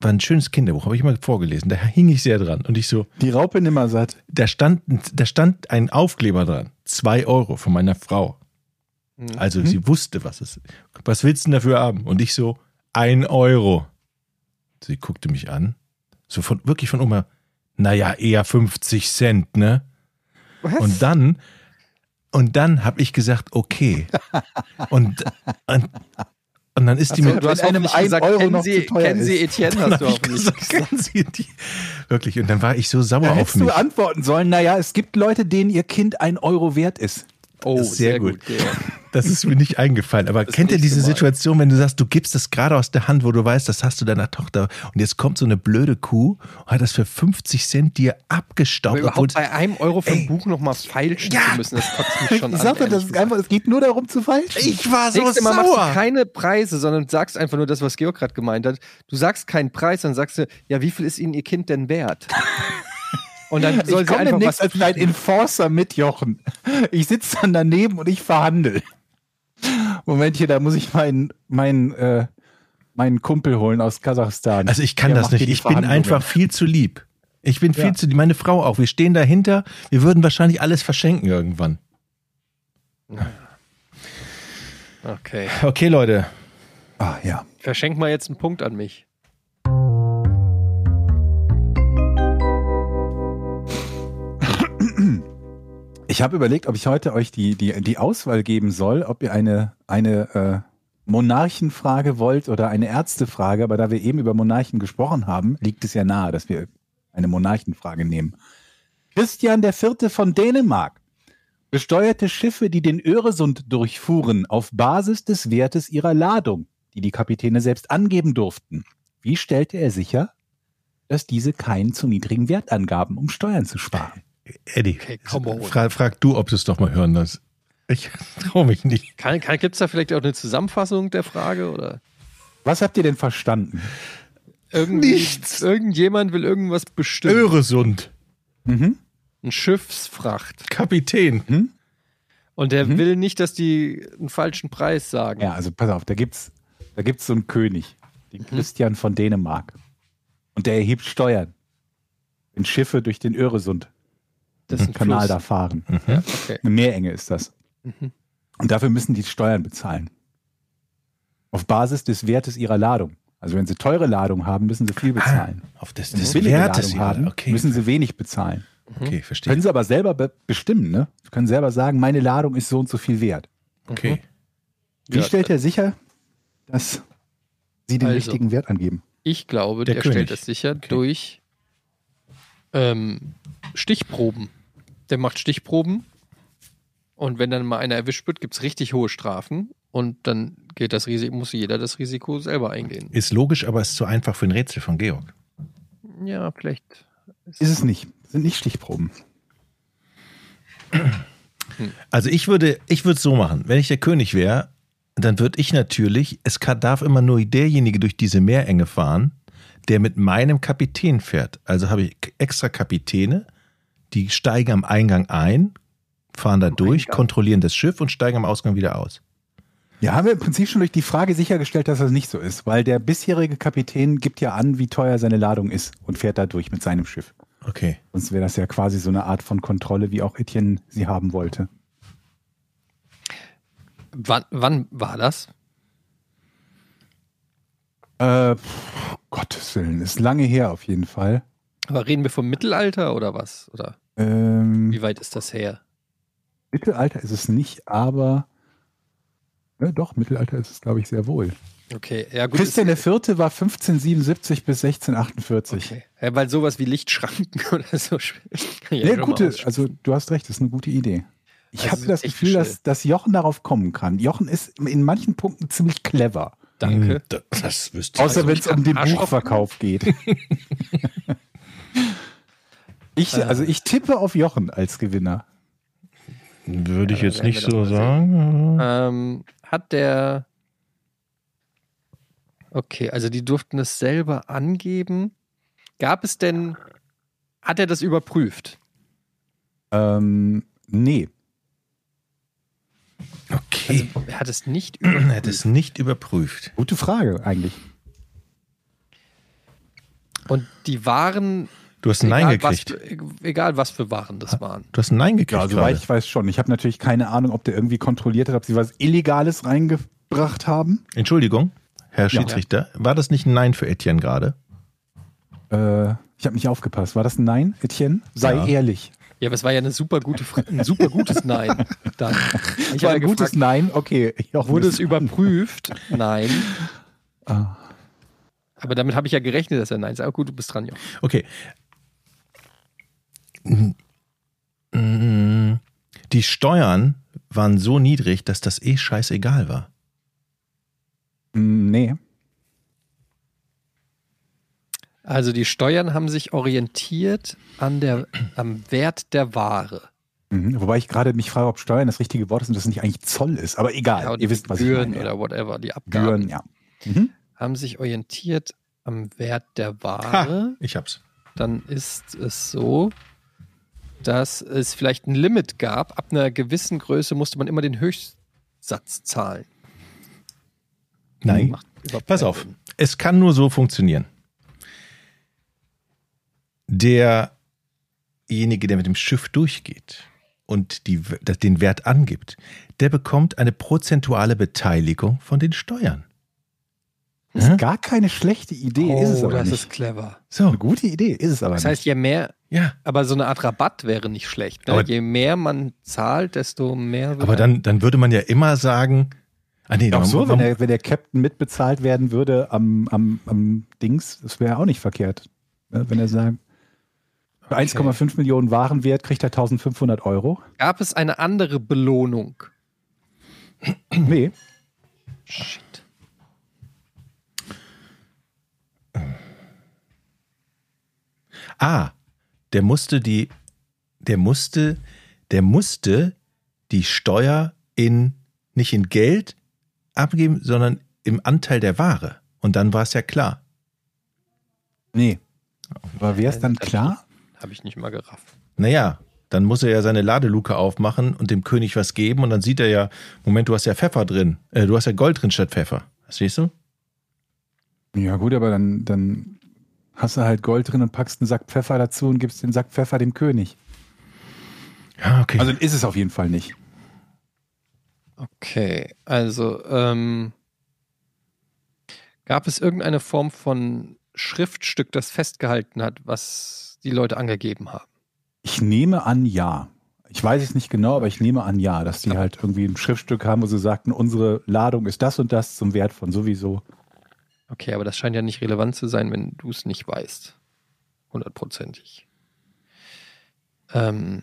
S3: war ein schönes Kinderbuch, habe ich mal vorgelesen. Da hing ich sehr dran. Und ich so,
S2: Die Raupe nimmersatt.
S3: da stand, da stand ein Aufkleber dran. Zwei Euro von meiner Frau.
S4: Mhm.
S3: Also sie wusste, was es ist. Was willst du denn dafür haben? Und ich so, ein Euro. Sie guckte mich an. So von, wirklich von Oma. Naja, eher 50 Cent, ne?
S4: Was?
S3: Und dann, und dann habe ich gesagt, okay. Und, und, und dann ist die mit.
S4: du hast
S2: wenn einem
S4: hoffentlich
S2: ein
S4: gesagt,
S2: Euro
S4: kennen
S2: noch
S4: Sie,
S2: zu teuer
S4: kennen Sie
S2: ist.
S4: Etienne,
S3: *laughs* Dann
S4: hast du
S3: hab ich
S4: auch nicht.
S3: gesagt, *laughs* kennen Sie die? Wirklich, und dann war ich so sauer
S2: Da
S3: auf
S2: hättest
S3: mich.
S2: du antworten sollen, naja, es gibt Leute, denen ihr Kind ein Euro wert ist.
S4: Oh,
S3: Das ist sehr gut.
S4: Georg.
S3: Das ist mir nicht eingefallen. Aber kennt ihr
S4: nächste
S3: diese
S4: Mal.
S3: Situation, wenn du sagst, du gibst das gerade aus der Hand, wo du weißt, das hast du deiner Tochter und jetzt kommt so eine blöde Kuh und hat das für 50 Cent dir
S4: Aber
S3: abgestaubt. obwohl-
S4: überhaupt bei einem Euro für
S3: Ey.
S4: ein Buch nochmal feilschen zu müssen, das kotzt mich schon
S2: Ich
S4: an.
S2: sagte, das
S4: ehrlich
S2: ist
S4: gesagt.
S2: einfach, es geht nur darum zu falschen.
S3: ich war so
S4: Nächstes Mal machst du
S3: sauer.
S4: keine Preise, sondern sagst einfach nur das, was Georg gerade gemeint hat. Du sagst keinen Preis, dann sagst du, ja, wie viel ist Ihnen Ihr Kind denn
S3: *laughs*
S4: wert? Und dann soll
S2: Ich
S4: sie
S2: komme
S4: einfach
S2: demnächst
S4: was.
S2: als dein Enforcer mit, Jochen. Ich sitze dann daneben und ich verhandel. Moment hier, da muss ich meinen, meinen, äh, meinen Kumpel holen aus Kasachstan.
S3: Also ich kann
S2: Der
S3: das
S2: macht
S3: nicht.
S2: hier die
S3: Ich bin
S2: Verhandlungen.
S3: einfach viel zu lieb. Ich bin viel
S2: Ja.
S3: zu lieb. Meine Frau auch. Wir stehen dahinter. Wir würden wahrscheinlich alles verschenken irgendwann.
S4: Okay,
S3: Okay, Leute.
S2: Ah, ja.
S4: verschenk mal jetzt einen Punkt an mich.
S2: Ich habe überlegt, ob ich heute euch die, die, die Auswahl geben soll, ob ihr eine, eine äh, Monarchenfrage wollt oder eine Ärztefrage. Aber da wir eben über Monarchen gesprochen haben, liegt es ja nahe, dass wir eine Monarchenfrage nehmen. Christian IV. von Dänemark besteuerte Schiffe, die den Öresund durchfuhren, auf Basis des Wertes ihrer Ladung, die die Kapitäne selbst angeben durften. Wie stellte er sicher, dass diese keinen zu niedrigen Wert angaben, um Steuern zu sparen?
S3: Eddie,
S4: Okay, come on.
S3: fra frag du, ob du es doch mal hören lässt. Ich *laughs* traue mich nicht.
S4: Kann, kann, Gibt es da vielleicht auch eine Zusammenfassung der Frage? Oder
S2: Was habt ihr denn verstanden?
S4: irgendwie, Nichts. Irgendjemand will irgendwas bestimmen.
S3: Öresund.
S2: Mhm.
S4: Ein Schiffsfracht.
S3: Kapitän.
S4: Und der
S2: Mhm.
S4: will nicht, dass die einen falschen Preis sagen.
S2: Ja, also pass auf, da gibt's, da gibt's so einen König, den
S4: Mhm.
S2: Christian von Dänemark. Und der erhebt Steuern, wenn Schiffe durch den Öresund,
S4: das ist ein
S2: Kanal
S4: Fluss.
S2: da fahren.
S4: Ja, okay.
S2: Eine Meerenge ist das.
S4: Mhm.
S2: Und dafür müssen die Steuern bezahlen. Auf Basis des Wertes ihrer Ladung. Also wenn sie teure Ladung haben, müssen
S4: Ah,
S2: sie viel bezahlen.
S3: Auf des,
S2: Wenn
S3: des
S2: sie billige
S3: Wertes
S2: Ladung
S3: hier.
S2: haben,
S3: Okay,
S2: müssen sie wenig bezahlen.
S3: okay verstehe.
S2: Können sie aber selber be bestimmen, ne? Sie können selber sagen, meine Ladung ist so und so viel wert.
S3: Okay.
S2: Wie
S4: Mhm. Ja, äh,
S2: stellt er sicher, dass sie den
S4: Also.
S2: richtigen Wert angeben?
S4: Ich glaube,
S3: Der
S4: der,
S3: König.
S4: stellt das sicher durch ähm, Stichproben. Der macht Stichproben und wenn dann mal einer erwischt wird, gibt es richtig hohe Strafen und dann geht das Risiko, muss jeder das Risiko selber eingehen.
S3: Ist logisch, aber ist zu einfach für ein Rätsel von Georg.
S4: Ja, vielleicht.
S2: Ist es nicht. Das sind nicht Stichproben.
S3: Also ich würde, ich würde es so machen. Wenn ich der König wäre, dann würde ich natürlich, es kann, darf immer nur derjenige durch diese Meerenge fahren, der mit meinem Kapitän fährt. Also habe ich extra Kapitäne, die steigen am Eingang ein, fahren da durch, kontrollieren das Schiff und steigen am Ausgang wieder aus.
S2: Ja, haben wir im Prinzip schon durch die Frage sichergestellt, dass das nicht so ist, weil der bisherige Kapitän gibt ja an, wie teuer seine Ladung ist und fährt dadurch mit seinem Schiff.
S3: Okay.
S2: Sonst wäre das ja quasi so eine Art von Kontrolle, wie auch Etienne sie haben wollte.
S4: Wann, wann war das?
S2: Äh, pff, Gottes Willen, ist lange her auf jeden Fall.
S4: Aber reden wir vom Mittelalter oder was? Oder
S2: Ähm,
S4: wie weit ist das her?
S2: Mittelalter ist es nicht, aber ne, doch, Mittelalter ist es, glaube ich, sehr wohl.
S4: Okay, ja gut.
S2: Christian der
S4: ist,
S2: Vierte war 1577 bis 1648.
S4: okay. ja, weil sowas wie Lichtschranken *laughs* oder so. Ja,
S2: Nee, gute, also du hast recht, das ist eine gute Idee. Ich
S4: Also
S2: habe
S4: sind
S2: das
S4: echt
S2: Gefühl,
S4: schnell.
S2: dass, dass Jochen darauf kommen kann. Jochen ist in manchen Punkten ziemlich clever.
S4: Danke.
S3: Das, Hm, das wüsste ich.
S2: Außer wenn es um den
S4: Arsch
S2: Buchverkauf
S4: *laughs*
S2: geht. ich, also ich tippe auf Jochen als Gewinner.
S3: Würde ich
S4: Ja,
S3: jetzt
S4: werden
S3: nicht
S4: wir
S3: so
S4: doch mal
S2: hm.
S3: sagen. aber-
S4: Ähm, hat der. Okay, also die durften es selber angeben. Gab es denn. Hat er das überprüft?
S2: Ähm, nee.
S3: Okay.
S4: Er hat es nicht
S3: Er
S4: überprüft.
S3: hat es nicht überprüft.
S2: Gute Frage eigentlich.
S4: Und die waren.
S3: Du hast ein Nein
S4: egal, was,
S3: gekriegt.
S4: für- egal, was für Waren das waren.
S3: Du hast ein Nein gekriegt.
S2: Ja, soweit ich weiß schon. Ich habe natürlich keine Ahnung, ob der irgendwie kontrolliert hat, ob sie was Illegales reingebracht haben.
S3: gerade. Entschuldigung, Herr Schiedsrichter, war das nicht ein Nein für Etienne gerade?
S2: Äh, ich habe nicht aufgepasst. War das ein Nein, Etienne? Sei
S3: Ja.
S2: ehrlich.
S4: Ja, aber es war ja eine super gute, Fra- ein super gutes
S2: *laughs*
S4: Nein. Dann. Ich
S2: war
S4: habe
S2: ein gutes
S4: gefragt,
S2: Nein. Okay. Jochen
S4: wurde
S2: ist
S4: es überprüft? Nein.
S2: Ah.
S4: Aber damit habe ich ja gerechnet, dass er Nein sagt. Aber gut, du bist dran, Jochen.
S3: Okay. Mm, Die Steuern waren so niedrig, dass das eh scheißegal war.
S2: Mm, Nee.
S4: Also die Steuern haben sich orientiert an der, am Wert der Ware.
S2: Mhm. Wobei ich gerade mich frage, ob Steuern das richtige Wort ist und das nicht eigentlich Zoll ist. Aber egal.
S4: und
S2: Ah, Ihr wisst, was ich
S4: Gebühren
S2: meine.
S4: oder whatever, die Abgaben
S2: Gebühren, ja. Mhm.
S4: haben sich orientiert am Wert der Ware.
S3: Ich hab's.
S4: Dann ist es so, dass es vielleicht ein Limit gab. Ab einer gewissen Größe musste man immer den Höchstsatz zahlen.
S3: Nein.
S4: Macht überhaupt
S3: Pass
S4: keinen
S3: auf,
S4: Sinn.
S3: Äh, es kann nur so funktionieren. Derjenige, der mit dem Schiff durchgeht und die, das- den Wert angibt, der bekommt eine prozentuale Beteiligung von den Steuern.
S2: Das
S3: Hä?
S2: ist gar keine schlechte Idee, ist es
S4: Oh,
S2: aber
S4: das
S2: nicht.
S4: ist clever.
S3: So,
S2: Eine gute Idee ist es aber
S4: Das heißt, je mehr,
S3: ja.
S4: aber so eine Art Rabatt wäre nicht schlecht. Ne?
S3: Aber-
S4: Je mehr man zahlt, desto mehr wird
S3: Aber dann, dann würde man ja immer sagen, ah nee,
S2: nicht. Auch
S3: man-
S2: so,
S3: man-
S2: wenn der, wenn der Captain mitbezahlt werden würde am, am, am Dings, das wäre auch nicht verkehrt. Ne, Wenn er sagt, für 1,5 Millionen Warenwert kriegt er 1500 *clears throat* Euro.
S4: gab es eine andere Belohnung.
S2: Nee,
S4: Shit.
S3: ah, der musste die, der musste, der musste die Steuer in, nicht in Geld abgeben, sondern im Anteil der Ware. Und dann war es ja klar.
S2: nee. Also Aber wäre es dann klar?
S4: Habe ich nicht mal gerafft.
S3: Naja, dann muss er ja seine Ladeluke aufmachen und dem König was geben und dann sieht er ja, Moment, du hast ja Pfeffer drin, äh, du hast ja Gold drin statt Pfeffer. Siehst du?
S2: Ja, gut, aber dann, dann hast du halt Gold drin und packst einen Sack Pfeffer dazu und gibst den Sack Pfeffer dem König.
S3: Ja, okay.
S2: Also ist es auf jeden Fall nicht.
S4: Okay, also ähm, gab es irgendeine Form von Schriftstück, das festgehalten hat, was die Leute angegeben haben?
S2: Ich nehme an, ja. Ich weiß es nicht genau, aber ich nehme an, ja, dass die halt irgendwie ein Schriftstück haben, wo sie sagten, unsere Ladung ist das und das zum Wert von sowieso.
S4: Okay, aber das scheint ja nicht relevant zu sein, wenn du es nicht weißt. Hundertprozentig. Ähm.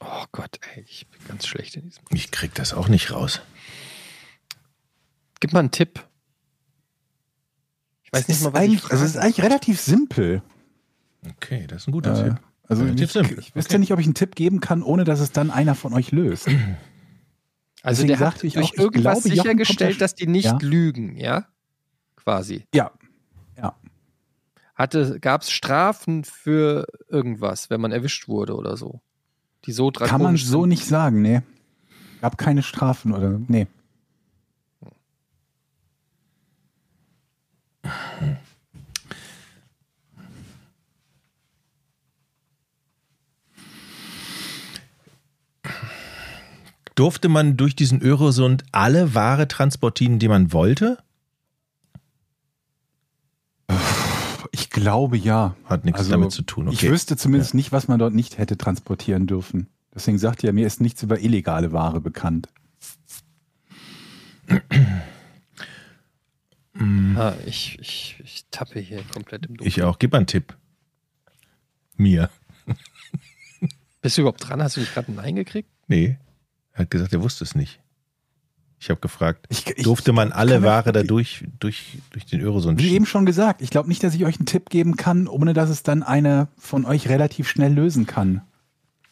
S4: Oh Gott, ey, ich bin ganz schlecht in diesem.
S3: ich krieg das auch nicht raus.
S4: Gib mal einen Tipp. Ich weiß nicht mal, was ich
S2: also es ist
S4: frage.
S2: eigentlich relativ simpel.
S3: Okay, das ist ein guter
S2: Äh,
S3: Tipp.
S2: Also
S3: Relativ
S2: ich,
S3: simpel.
S2: ich wüsste
S3: Okay.
S2: nicht, ob ich einen Tipp geben kann, ohne dass es dann einer von euch löst.
S4: Also
S2: Deswegen
S4: der hat
S2: sagte ich
S4: durch
S2: auch, ich
S4: irgendwas
S2: glaube, Jochen kommt
S4: sichergestellt,
S2: da-
S4: dass die nicht
S2: Ja.
S4: lügen, ja? Quasi.
S2: Ja. Ja.
S4: Hatte, gab es Strafen für irgendwas, wenn man erwischt wurde oder so? Die so dran
S2: Kann man so nicht sagen, nee. Gab keine Strafen oder nee.
S3: Durfte man durch diesen Öresund alle Ware transportieren, die man wollte?
S2: Ich glaube ja.
S3: Hat nichts
S2: Also,
S3: damit zu tun.
S2: Ich wüsste zumindest nicht, was man dort nicht hätte transportieren dürfen. Deswegen sagt ihr, mir ist nichts über illegale Ware bekannt. Mhm.
S4: Ah, ich, ich, ich tappe hier komplett im Dunkeln.
S3: Ich auch. Gib mal einen Tipp. Mir.
S4: Bist du überhaupt dran? Hast du nicht gerade ein Nein gekriegt?
S3: Nee. Er hat gesagt, er wusste es nicht. Ich habe gefragt,
S2: Ich, ich,
S3: durfte man alle
S2: kann
S3: Ware
S2: mir-
S3: da durch, durch, durch den Öresund
S2: wie
S3: schieben?
S2: eben schon gesagt, ich glaube nicht, dass ich euch einen Tipp geben kann, ohne dass es dann einer von euch relativ schnell lösen kann.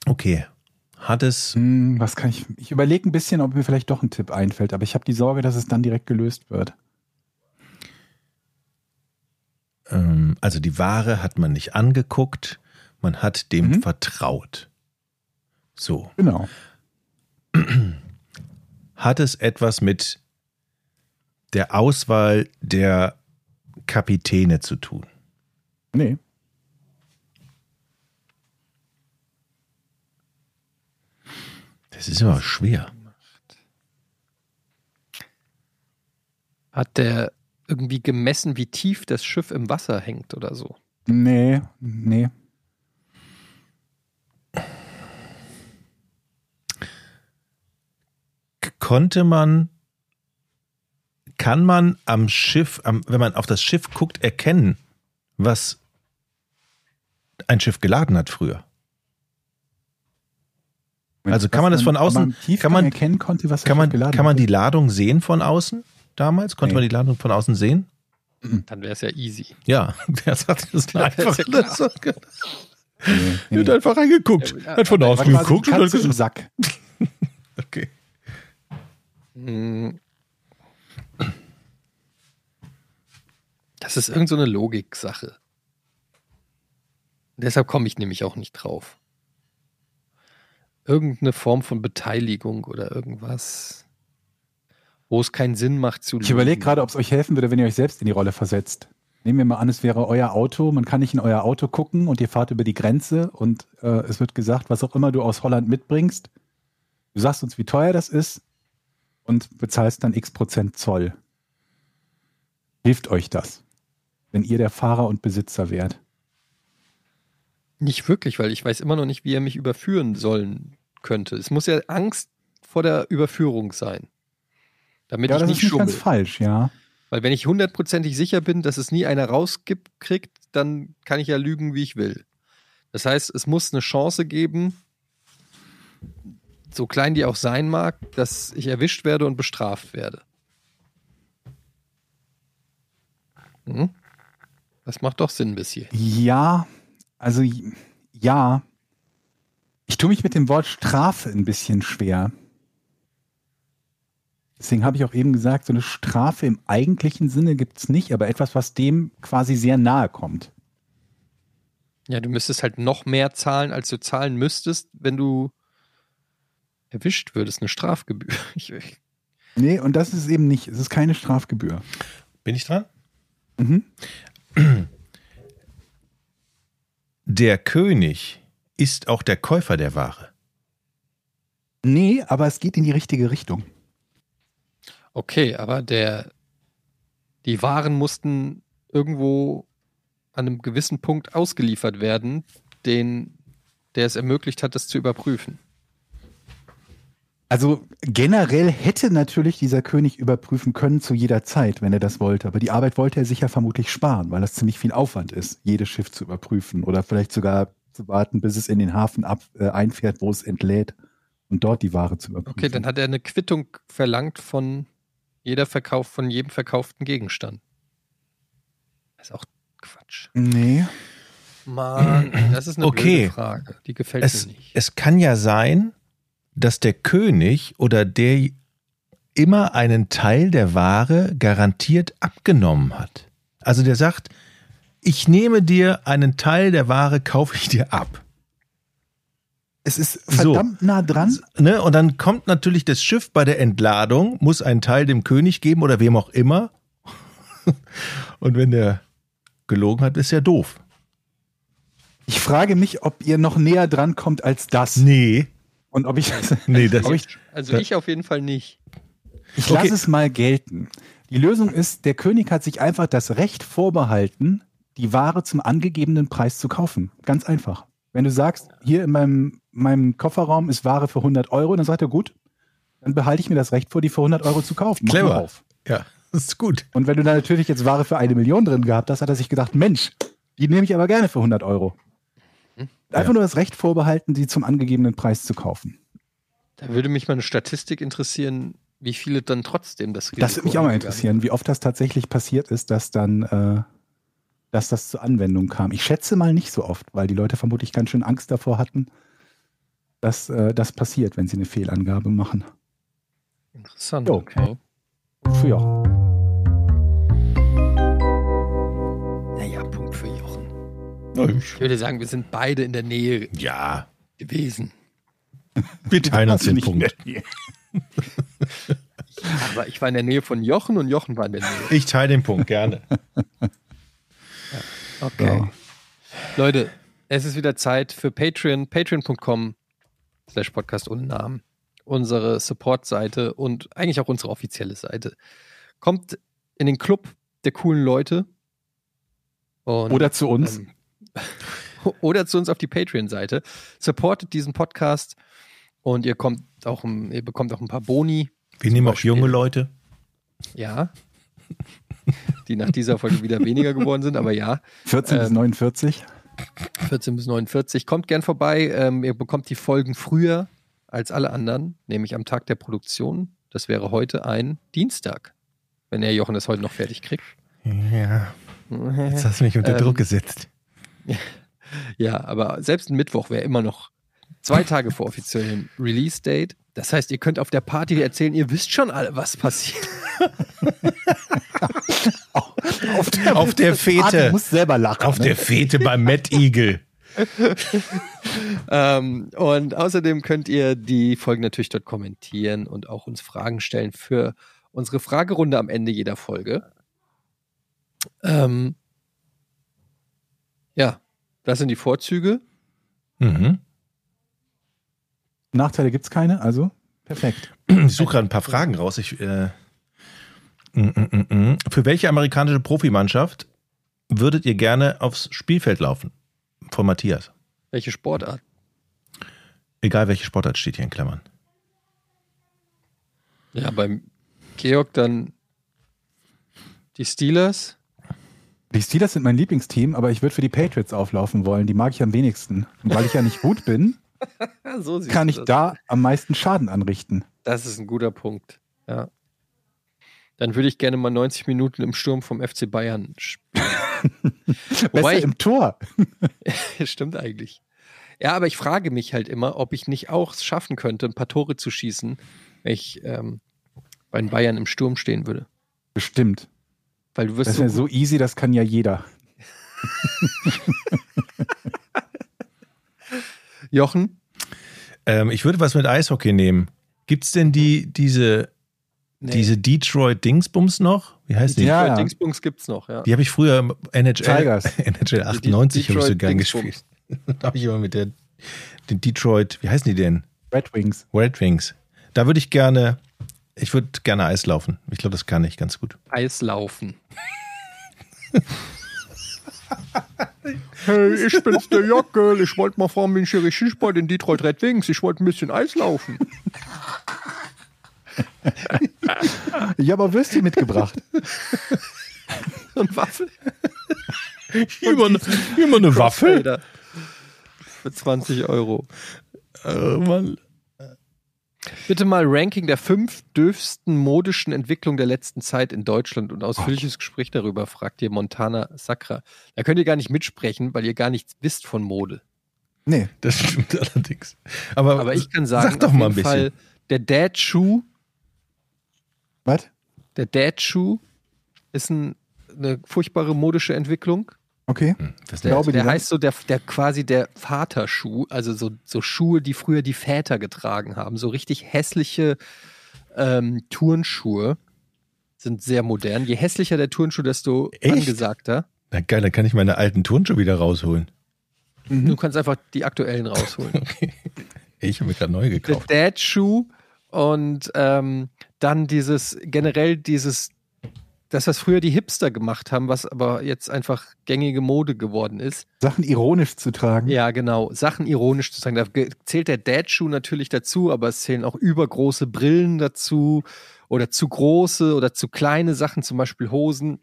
S3: Okay. Hat es.
S2: Hm, was kann ich? Ich überlege ein bisschen, ob mir vielleicht doch ein Tipp einfällt, aber ich habe die Sorge, dass es dann direkt gelöst wird.
S3: Ähm, also die Ware hat man nicht angeguckt, man hat dem
S2: Mhm.
S3: vertraut. So.
S2: Genau.
S3: Hat es etwas mit der Auswahl der Kapitäne zu tun?
S2: Nee.
S3: Das ist aber schwer.
S4: Hat der irgendwie gemessen, wie tief das Schiff im Wasser hängt oder so?
S2: Nee, nee.
S3: konnte man, kann man am Schiff, am, wenn man auf das Schiff guckt, erkennen, was ein Schiff geladen hat früher? Also kann man das
S2: Was
S3: von außen-
S2: aber im Tiefgang
S3: kann man-
S2: erkennen konnte, was das
S3: Kann
S2: Schiff
S3: man,
S2: geladen
S3: kann man
S2: hatte.
S3: die Ladung sehen von außen damals? Konnte
S2: Nee.
S3: man die Ladung von außen sehen?
S4: Dann wäre es ja easy.
S3: *laughs* Ja, wer sagt das
S4: Ja,
S3: einfach?
S4: ist ja klar.
S3: Das hat
S2: Nee, nee, nee.
S3: einfach reingeguckt.
S4: Ja,
S3: Hat von
S2: War
S3: außen
S2: quasi die
S3: geguckt und hat
S2: Katze im
S3: gesagt,
S2: Sack.
S3: *laughs* okay.
S4: Hm. Das ist irgendeine so eine Logik-Sache. Deshalb komme ich nämlich auch nicht drauf. Irgendeine Form von Beteiligung oder irgendwas, wo es keinen Sinn macht zu
S2: Ich überlege
S4: lügen.
S2: gerade, ob es euch helfen würde, wenn ihr euch selbst in die Rolle versetzt. Nehmen wir mal an, es wäre euer Auto, man kann nicht in euer Auto gucken und ihr fahrt über die Grenze und äh, es wird gesagt, was auch immer du aus Holland mitbringst, du sagst uns, wie teuer das ist und bezahlst dann x Prozent Zoll. Hilft euch das, wenn ihr der Fahrer und Besitzer wärt?
S4: Nicht wirklich, weil ich weiß immer noch nicht, wie er mich überführen sollen könnte. Es muss ja Angst vor der Überführung sein. Damit
S2: ja,
S4: ich
S2: das
S4: nicht
S2: ist nicht
S4: schummel.
S2: ganz falsch, ja.
S4: Weil wenn ich hundertprozentig sicher bin, dass es nie einer rauskriegt, dann kann ich ja lügen, wie ich will. Das heißt, es muss eine Chance geben, so klein die auch sein mag, dass ich erwischt werde und bestraft werde. Hm? Das macht doch Sinn bis hier.
S2: Ja, also j- ja. Ich tue mich mit dem Wort Strafe ein bisschen schwer. Deswegen habe ich auch eben gesagt, so eine Strafe im eigentlichen Sinne gibt es nicht, aber etwas, was dem quasi sehr nahe kommt.
S4: Ja, du müsstest halt noch mehr zahlen, als du zahlen müsstest, wenn du erwischt würdest, eine Strafgebühr. *laughs* Ich, ich,
S2: Nee, und das ist eben nicht, es ist keine Strafgebühr.
S3: Bin ich dran?
S2: Mhm.
S3: Der König ist auch der Käufer der Ware.
S2: Nee, aber es geht in die richtige Richtung.
S4: Okay, aber der, die Waren mussten irgendwo an einem gewissen Punkt ausgeliefert werden, den, der es ermöglicht hat, das zu überprüfen.
S2: Also generell hätte natürlich dieser König überprüfen können zu jeder Zeit, wenn er das wollte. Aber die Arbeit wollte er sich ja vermutlich sparen, weil das ziemlich viel Aufwand ist, jedes Schiff zu überprüfen oder vielleicht sogar zu warten, bis es in den Hafen ab, äh, einfährt, wo es entlädt und dort die Ware zu überprüfen.
S4: Okay, dann hat er eine Quittung verlangt von jeder Verkauf, von jedem verkauften Gegenstand. Das ist auch Quatsch.
S2: nee.
S4: Mann, das ist eine
S3: Okay.
S4: blöde Frage. Die gefällt
S3: es,
S4: mir nicht.
S3: es kann ja sein, dass der König oder der immer einen Teil der Ware garantiert abgenommen hat. Also der sagt, ich nehme dir einen Teil der Ware, kaufe ich dir ab.
S2: Es ist
S3: So.
S2: verdammt nah dran.
S3: Ne? Und dann kommt natürlich das Schiff bei der Entladung, muss einen Teil dem König geben oder wem auch immer. *laughs* Und wenn der gelogen hat, ist ja doof.
S2: Ich frage mich, ob ihr noch näher dran kommt als das.
S3: Nee,
S2: Und ob ich das.
S3: nee, das
S2: Ob ich
S4: Also ich auf jeden Fall nicht.
S2: Ich
S3: Okay.
S2: lasse es mal gelten. Die Lösung ist, der König hat sich einfach das Recht vorbehalten, die Ware zum angegebenen Preis zu kaufen. Ganz einfach. Wenn du sagst, hier in meinem, meinem Kofferraum ist Ware für 100 Euro, dann sagt er, gut, dann behalte ich mir das Recht vor, die für 100 Euro zu kaufen. Mach mal
S3: Clever.
S2: Auf.
S3: ja. Das ist gut.
S2: Und wenn du da natürlich jetzt Ware für eine Million drin gehabt hast, hat er sich gedacht, Mensch, die nehme ich aber gerne für 100 Euro. Einfach nur das Recht vorbehalten, die zum angegebenen Preis zu kaufen.
S4: Da würde mich mal eine Statistik interessieren, wie viele dann trotzdem das Risiko
S2: Das würde mich auch mal
S4: eingegangen
S2: interessieren, wie oft das tatsächlich passiert ist, dass dann, äh, dass das zur Anwendung kam. Ich schätze mal nicht so oft, weil die Leute vermutlich ganz schön Angst davor hatten, dass äh, das passiert, wenn sie eine Fehlangabe machen.
S4: sind. Interessant.
S2: Jo.
S4: Okay.
S2: Ja.
S4: Naja, Punkt für Jochen. Ich
S3: Ja,
S4: würde sagen, wir sind beide in der Nähe
S3: Ja,
S4: gewesen.
S3: wir teilen uns
S2: Also
S3: den
S2: nicht
S3: Punkt.
S4: Aber ich war in der Nähe von Jochen und Jochen war in der Nähe.
S3: Ich teile den Punkt gerne.
S4: Okay.
S2: Ja.
S4: Leute, es ist wieder Zeit für Patreon, patreon.com slash podcast ohne Namen. Unsere Support-Seite und eigentlich auch unsere offizielle Seite. Kommt in den Club der coolen Leute. Und
S2: Oder zu uns.
S4: ähm, *laughs* oder zu uns auf die Patreon-Seite. Supportet diesen Podcast und ihr kommt auch, ein- ihr bekommt auch ein paar Boni,
S3: Wir nehmen auch junge Leute.
S4: ja, die nach dieser Folge wieder weniger geworden sind, aber ja.
S2: 14 bis
S4: ähm,
S2: 49.
S4: 14 bis 49. Kommt gern vorbei. Ähm, ihr bekommt die Folgen früher als alle anderen, nämlich am Tag der Produktion. Das wäre heute ein Dienstag, wenn er Jochen es heute noch fertig kriegt.
S3: Ja, jetzt hast du mich unter
S4: Ähm,
S3: Druck gesetzt.
S4: Ja, aber selbst ein Mittwoch wäre immer noch zwei Tage vor offiziellem Release-Date. Das heißt, ihr könnt auf der Party erzählen, ihr wisst schon alle, was *laughs* passiert.
S2: Auf der,
S3: Auf der Fete.
S2: Du musst selber lachen.
S3: Auf
S2: ne?
S3: der Fete beim Mad Eagle.
S4: ähm, und außerdem könnt ihr die Folgen natürlich dort kommentieren und auch uns Fragen stellen für unsere Fragerunde am Ende jeder Folge. Ähm, ja, das sind die Vorzüge.
S3: Mhm.
S2: Nachteile gibt es keine, also perfekt.
S3: Ich suche gerade ein paar Fragen raus. Ich, äh, mm, mm, mm, mm. Für welche amerikanische Profimannschaft würdet ihr gerne aufs Spielfeld laufen? Von Matthias.
S4: Welche Sportart?
S3: Egal welche Sportart steht hier in Klammern.
S4: Ja, beim Georg dann die Steelers.
S2: Die Steelers sind mein Lieblingsteam, aber ich würde für die Patriots auflaufen wollen. Die mag ich am wenigsten. Und weil ich ja nicht gut bin,
S4: Ja, so siehst
S2: kann
S4: du
S2: ich
S4: das.
S2: da am meisten Schaden anrichten.
S4: Das ist ein guter Punkt. Ja. Dann würde ich gerne mal 90 Minuten im Sturm vom FC Bayern spielen. Wobei
S2: Besser im Tor.
S4: ich, *laughs* stimmt eigentlich. Ja, aber ich frage mich halt immer, ob ich nicht auch es schaffen könnte, ein paar Tore zu schießen, wenn ich ähm, bei den Bayern im Sturm stehen würde.
S2: Bestimmt.
S4: Weil du wirst
S2: Das wäre
S4: so,
S2: so easy, das kann ja jeder.
S4: Jochen,
S3: Ähm, ich würde was mit Eishockey nehmen. Gibt es denn die, diese,
S4: nee,
S3: diese Detroit Dingsbums noch? Wie heißt die?
S2: Ja, ja.
S4: Dingsbums gibt's noch, ja. Also
S3: Die habe ich früher im NHL, *laughs*
S2: Tigers.
S3: NHL 98 habe ich so
S4: Detroit
S3: gern
S4: Dingsbums.
S3: gespielt. Da habe ich immer mit der den Detroit, wie heißen die denn?
S2: Red Wings.
S3: Red Wings. Da würde ich gerne, ich würde gerne Eis laufen. Ich glaube, das kann ich ganz gut.
S4: Eislaufen.
S6: Hey, ich bin's der Jockel. Ich wollte mal fragen, bin ich hier richtig bei den Detroit Red Wings? Ich wollte ein bisschen Eis laufen.
S2: Ich habe auch
S5: *laughs*
S2: Würstchen mitgebracht.
S4: *laughs* Und Waffel.
S3: Immer, eine- immer eine Waffe.
S4: Alter. Für 20 Euro.
S3: Äh, Mann.
S4: Bitte mal Ranking der fünf dürfsten modischen Entwicklungen der letzten Zeit in Deutschland und ausführliches Gespräch darüber, fragt ihr Montana Sacra. Da könnt ihr gar nicht mitsprechen, weil ihr gar nichts wisst von Mode.
S2: Nee,
S3: Das stimmt *laughs* allerdings.
S6: Oh,
S3: Aber,
S4: Aber ich kann sagen,
S3: sag doch
S4: auf
S3: mal ein
S4: jeden
S3: bisschen.
S4: Fall, der Dad-Schuh,
S2: was?
S4: der Dad-Schuh ist ein, eine furchtbare modische Entwicklung.
S2: Okay.
S3: Hm, das
S4: Der,
S2: glaube, die
S4: der
S2: ganze-
S4: heißt so der, der quasi der Vaterschuh, also so, so Schuhe, die früher die Väter getragen haben. So richtig hässliche ähm, Turnschuhe sind sehr modern. Je hässlicher der Turnschuh, desto
S3: Echt?
S4: angesagter.
S3: Na geil, dann kann ich meine alten Turnschuhe wieder rausholen. Mhm.
S4: Du kannst einfach die
S3: *laughs*
S4: aktuellen rausholen.
S3: Ich habe mir gerade neu
S4: der
S3: gekauft.
S4: Dad-Schuh und ähm, dann dieses generell dieses, das, was früher die Hipster gemacht haben, was aber jetzt einfach gängige Mode geworden ist.
S2: Sachen ironisch zu
S5: Mhm.
S2: tragen.
S4: Ja, genau. Sachen ironisch zu sagen. Da ge- zählt der Dad-Schuh natürlich dazu, aber es zählen auch übergroße Brillen dazu oder zu große oder zu kleine Sachen, zum Beispiel Hosen,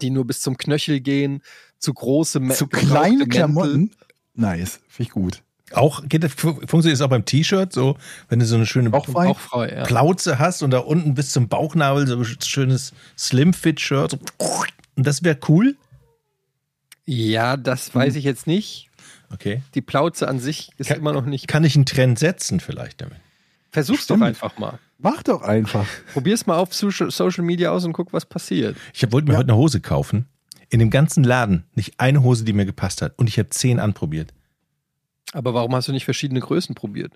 S4: die nur bis zum Knöchel gehen, zu große Mä-
S5: Zu
S4: gebrauchte
S5: kleine
S4: Mäntel.
S5: Klamotten. Nice, finde ich gut.
S3: Auch geht das, fu- funktioniert es auch beim T-Shirt so, wenn du so eine schöne
S5: Auch frei?
S4: Auch frei, ja.
S3: Plauze hast und da unten bis zum Bauchnabel so ein schönes Slim-Fit-Shirt. So, und das wäre cool.
S4: Ja,
S5: mhm.
S4: das weiß ich jetzt nicht.
S3: Okay.
S4: Die Plauze an sich ist
S3: Ka-
S4: immer noch nicht.
S3: Kann ich einen Trend setzen vielleicht damit?
S4: Versuch's
S5: Stimmt.
S4: doch einfach mal.
S5: Mach doch einfach.
S4: Probier's mal auf Social, Social Media aus und guck, was passiert.
S3: Ich hab- wollte mir heute eine Hose kaufen. In dem ganzen Laden nicht eine Hose, die mir gepasst hat. Und ich habe zehn anprobiert.
S4: Aber warum hast du nicht verschiedene Größen probiert?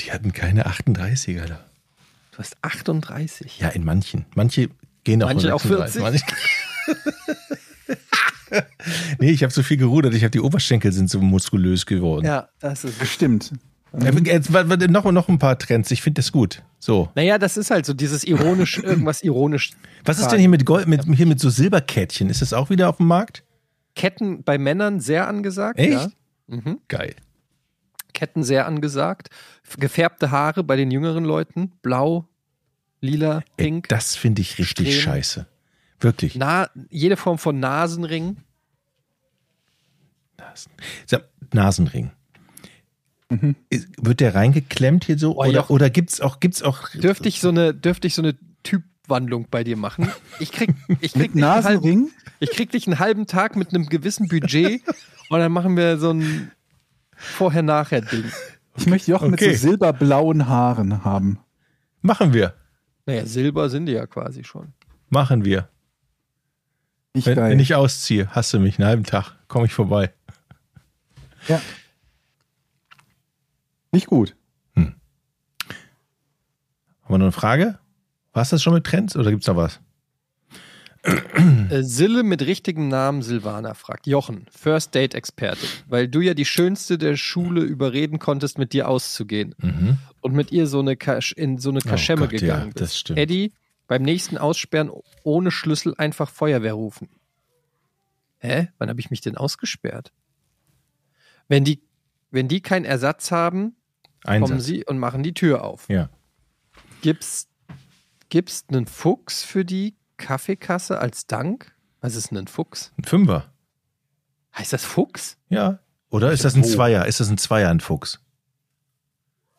S3: Die hatten keine 38er da.
S4: Du hast 38.
S3: Ja, in manchen. Manche gehen auch
S4: Manche
S3: nur
S4: auch 40.
S3: Manche- *laughs* nee, ich habe so viel gerudert. Ich habe die Oberschenkel sind so muskulös geworden.
S4: Ja, das ist.
S5: Stimmt.
S3: Äh, Jetzt warte, warte, noch, noch ein paar Trends. Ich finde das gut. So.
S4: Naja, das ist halt so dieses
S3: *laughs*
S4: ironisch, irgendwas ironisch.
S3: Was ist denn hier mit Gold, mit, hier mit so Silberkettchen? Ist das auch wieder auf dem Markt?
S4: Ketten bei Männern sehr angesagt.
S3: Echt?
S4: Ja. Mhm.
S3: Geil.
S4: Ketten sehr angesagt. F- Gefärbte Haare bei den jüngeren Leuten. Blau, lila,
S3: Ey,
S4: pink.
S3: Das finde ich richtig
S4: Strähnen.
S3: scheiße. Wirklich.
S4: Na, jede Form von Nasenring.
S3: Nasen. Sag, Nasenring. Ist- Wird der reingeklemmt hier so?
S4: Mhm. Oh,
S3: oder
S4: ja.
S3: oder gibt es auch, gibt's auch.
S4: Dürfte ich so eine, dürfte ich so eine Typwandlung bei dir machen? Ich krieg, ich
S5: Mit
S4: krieg, dich, einen halben,
S5: Nasenring?
S4: ich krieg dich einen halben Tag mit einem gewissen Budget und dann machen wir so ein Vorher-Nachher-Ding.
S5: Ich möchte Jochen mit so
S3: Okay.
S5: silberblauen Haaren haben.
S3: Machen wir.
S4: Naja, Silber sind die ja quasi schon.
S3: Machen wir.
S5: Nicht
S3: Wenn,
S5: geil.
S3: wenn ich ausziehe, hast du mich einen halben Tag. Komme ich vorbei.
S5: ja. Nicht gut.
S3: Haben wir noch eine Frage? War es das schon mit Trends oder gibt es noch was?
S4: Äh, Sille mit richtigem Namen Silvana fragt. Jochen, First Date Experte, weil du ja die schönste der Schule überreden konntest, mit dir auszugehen
S3: Mhm.
S4: und mit ihr so eine Kasch, in so eine Kaschemme
S3: Oh Gott, ja,
S4: gegangen bist.
S3: das stimmt.
S4: Eddie, beim nächsten Aussperren ohne Schlüssel einfach Feuerwehr rufen. Hä? Wann habe ich mich denn ausgesperrt? Wenn die, wenn die keinen Ersatz haben, kommen
S3: Einsatz.
S4: sie und machen die Tür auf.
S3: Ja.
S4: Gibt's, gibt's einen Fuchs für die Kaffeekasse als Dank? Was ist denn ein Fuchs?
S3: Ein Fünfer.
S4: Heißt das Fuchs?
S3: Ja. Oder ist das ein Zweier? Ist das ein Zweier, ein Fuchs?